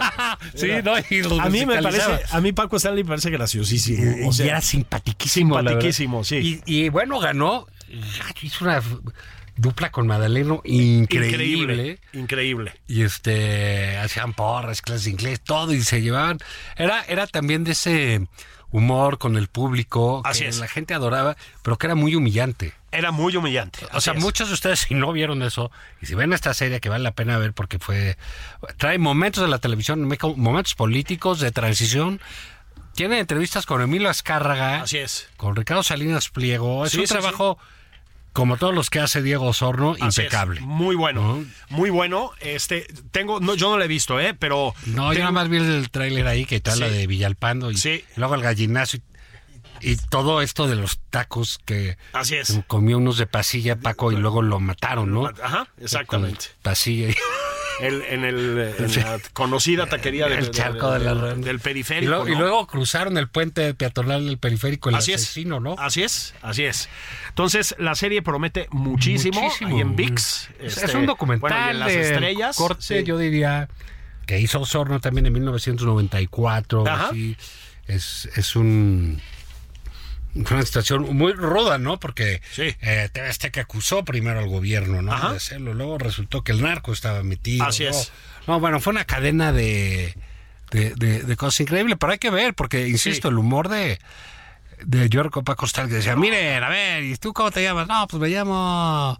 Speaker 2: Sí, no, y los
Speaker 3: A mí me
Speaker 2: musicalizaba.
Speaker 3: parece, a mí Paco Stanley me parece graciosísimo. O sea,
Speaker 2: y era simpatiquísimo. la verdad.
Speaker 3: simpatiquísimo, sí.
Speaker 2: Y, y bueno, ganó. Gacho, Hizo una f- dupla con Madaleno increíble.
Speaker 3: increíble. Increíble.
Speaker 2: Y este hacían porras, clases de inglés, todo, y se llevaban. Era, era también de ese humor con el público
Speaker 3: Así
Speaker 2: que
Speaker 3: es.
Speaker 2: la gente adoraba, pero que era muy humillante.
Speaker 3: Era muy humillante.
Speaker 2: O sea,
Speaker 3: Así es.
Speaker 2: muchos de ustedes si no vieron eso, y si ven esta serie que vale la pena ver porque fue trae momentos de la televisión, en México, momentos políticos de transición Tiene entrevistas con Emilio Azcárraga,
Speaker 3: Así es.
Speaker 2: con Ricardo Salinas Pliego. Es
Speaker 3: Sí,
Speaker 2: un
Speaker 3: sí,
Speaker 2: trabajo, como todos los que hace Diego Osorno,
Speaker 3: Así es.
Speaker 2: impecable.
Speaker 3: Muy bueno.
Speaker 2: ¿No?
Speaker 3: Muy bueno. Este, tengo, no, yo no lo he visto, ¿eh? Pero.
Speaker 2: No, yo
Speaker 3: tengo-
Speaker 2: nada más vi el tráiler ahí que tal la
Speaker 3: Sí.
Speaker 2: de Villalpando y
Speaker 3: Sí.
Speaker 2: luego el gallinazo y, y todo esto de los tacos que
Speaker 3: Así es.
Speaker 2: se comió unos de pasilla Paco y luego lo mataron, ¿no?
Speaker 3: Ajá, exactamente.
Speaker 2: Con pasilla. y-
Speaker 3: El- en el, eh, en la conocida taquería del,
Speaker 2: el charco de, la red.
Speaker 3: del
Speaker 2: Y
Speaker 3: periférico.
Speaker 2: luego, y
Speaker 3: ¿no?
Speaker 2: luego cruzaron el puente peatonal del periférico el
Speaker 3: Así es.
Speaker 2: asesino, ¿no?
Speaker 3: Así es, así es. Entonces, la serie promete muchísimo.
Speaker 2: Muchísimo. Mm.
Speaker 3: Y en VIX.
Speaker 2: Es- es
Speaker 3: este,
Speaker 2: un documental
Speaker 3: bueno, y en las
Speaker 2: de
Speaker 3: estrellas.
Speaker 2: corte,
Speaker 3: sí.
Speaker 2: yo diría, que hizo Osorno también en 1994.
Speaker 3: Ajá.
Speaker 2: así. Es, es un... fue una situación muy ruda, ¿no? Porque
Speaker 3: Sí.
Speaker 2: eh, TV Azteca acusó primero al gobierno, ¿no?
Speaker 3: Ajá.
Speaker 2: De hacerlo. Luego resultó que el narco estaba metido.
Speaker 3: Así
Speaker 2: ¿no?
Speaker 3: es.
Speaker 2: No, bueno, fue una cadena de, de, de- de cosas increíbles, pero hay que ver, porque, insisto, el humor de, de Yorko Paco Stal que decía, miren, a ver, ¿y tú cómo te llamas? No, pues me llamo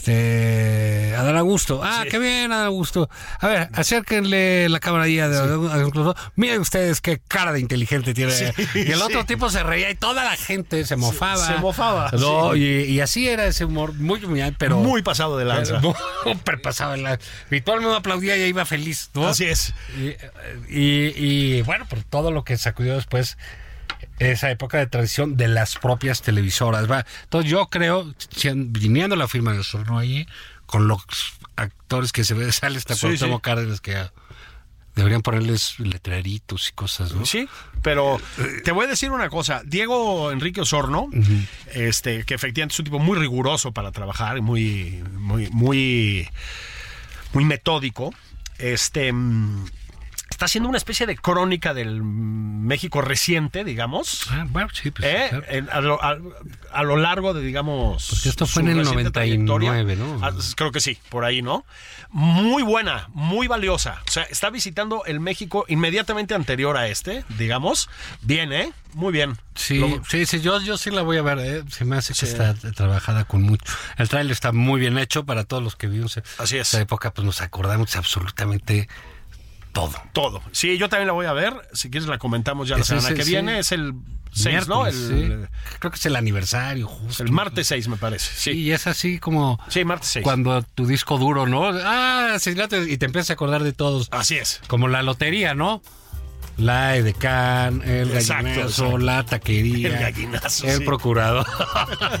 Speaker 2: este Adán Augusto. Ah, qué bien, Adán Augusto. A ver, acérquenle la cámara ahí a Adán Augusto. Miren ustedes qué cara de inteligente tiene. y el otro tipo se reía y toda la gente se mofaba.
Speaker 3: se mofaba,
Speaker 2: No, y, y así era ese humor, muy humillante, pero...
Speaker 3: Muy pasado de lanza.
Speaker 2: Súper pasado de lanza. Y todo el mundo aplaudía y ahí iba feliz, ¿no?
Speaker 3: Así es.
Speaker 2: Y, y- y, bueno, por todo lo que sacudió después esa época de transición de las propias televisoras. ¿va? Entonces yo creo, si- viniendo la firma de Osorno ahí, con los actores que se ve, sale esta
Speaker 3: Sí,
Speaker 2: Cuauhtémoc
Speaker 3: sí.
Speaker 2: Cárdenas que ah, deberían ponerles letreritos y cosas, ¿no?
Speaker 3: Sí, pero te voy a decir una cosa. Diego Enrique Osorno, este, que efectivamente es un tipo muy riguroso para trabajar, muy, muy, muy, muy metódico. Este. mm, Está haciendo una especie de crónica del mm, México reciente, digamos.
Speaker 2: Ah, bueno, sí, pues,
Speaker 3: ¿eh?
Speaker 2: claro.
Speaker 3: En- a, lo, a- a lo largo de, digamos.
Speaker 2: Porque esto fue
Speaker 3: su
Speaker 2: en el
Speaker 3: reciente
Speaker 2: 99,
Speaker 3: trayectoria.
Speaker 2: ¿no?
Speaker 3: Ah, s- creo que sí, por ahí, ¿no? Muy buena, muy valiosa. O sea, está visitando el México inmediatamente anterior a este, digamos. Bien, ¿eh? Muy bien.
Speaker 2: Sí,
Speaker 3: Lo-
Speaker 2: sí, sí, yo, yo sí la voy a ver. eh, Se me hace que está trabajada con mucho. El tráiler está muy bien hecho para todos los que vivimos en
Speaker 3: Así es.
Speaker 2: esa época, pues nos acordamos absolutamente todo.
Speaker 3: todo. Sí, yo también la voy a ver. Si quieres, la comentamos ya la
Speaker 2: Ese es
Speaker 3: semana que
Speaker 2: el- sí.
Speaker 3: viene. Es el 6, ¿no?
Speaker 2: Miércoles,
Speaker 3: El,
Speaker 2: sí. Creo que es el aniversario, justo.
Speaker 3: el martes 6, me parece.
Speaker 2: Sí,
Speaker 3: Sí,
Speaker 2: y es así como
Speaker 3: sí martes 6.
Speaker 2: cuando tu disco duro, ¿no? Ah, asesinato, y te empiezas a acordar de todos.
Speaker 3: Así es.
Speaker 2: Como la lotería, ¿no? La Edecán, el
Speaker 3: Exacto,
Speaker 2: gallinazo,
Speaker 3: exacto.
Speaker 2: la taquería.
Speaker 3: El gallinazo,
Speaker 2: El
Speaker 3: sí.
Speaker 2: procurador.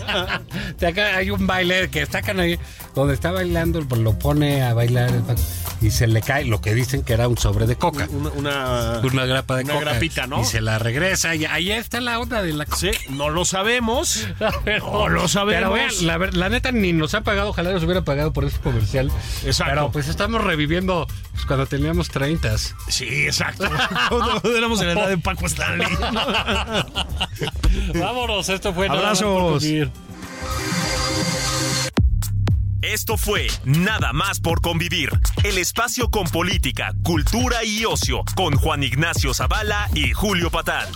Speaker 2: De acá hay un baile que sacan ahí, donde está bailando, pues lo pone a bailar el Paco, y se le cae lo que dicen que era un sobre de coca.
Speaker 3: Una, una-
Speaker 2: Una grapa de
Speaker 3: una
Speaker 2: coca.
Speaker 3: grapita, ¿no?
Speaker 2: Y se la regresa. Y ahí está la onda de la coca.
Speaker 3: Sí, no lo sabemos. No lo sabemos.
Speaker 2: Pero vean, la, ver- la neta ni nos ha pagado, ojalá nos hubiera pagado por ese comercial.
Speaker 3: Exacto.
Speaker 2: Pero pues estamos reviviendo pues, cuando teníamos 30.
Speaker 3: Sí, exacto. Cuando éramos en la edad de Paco Stanley.
Speaker 2: Vámonos, esto fue
Speaker 3: Nada Más por Convivir.
Speaker 1: Esto fue Nada más por convivir, el espacio con política, cultura y ocio, con Juan Ignacio Zavala y Julio Patal.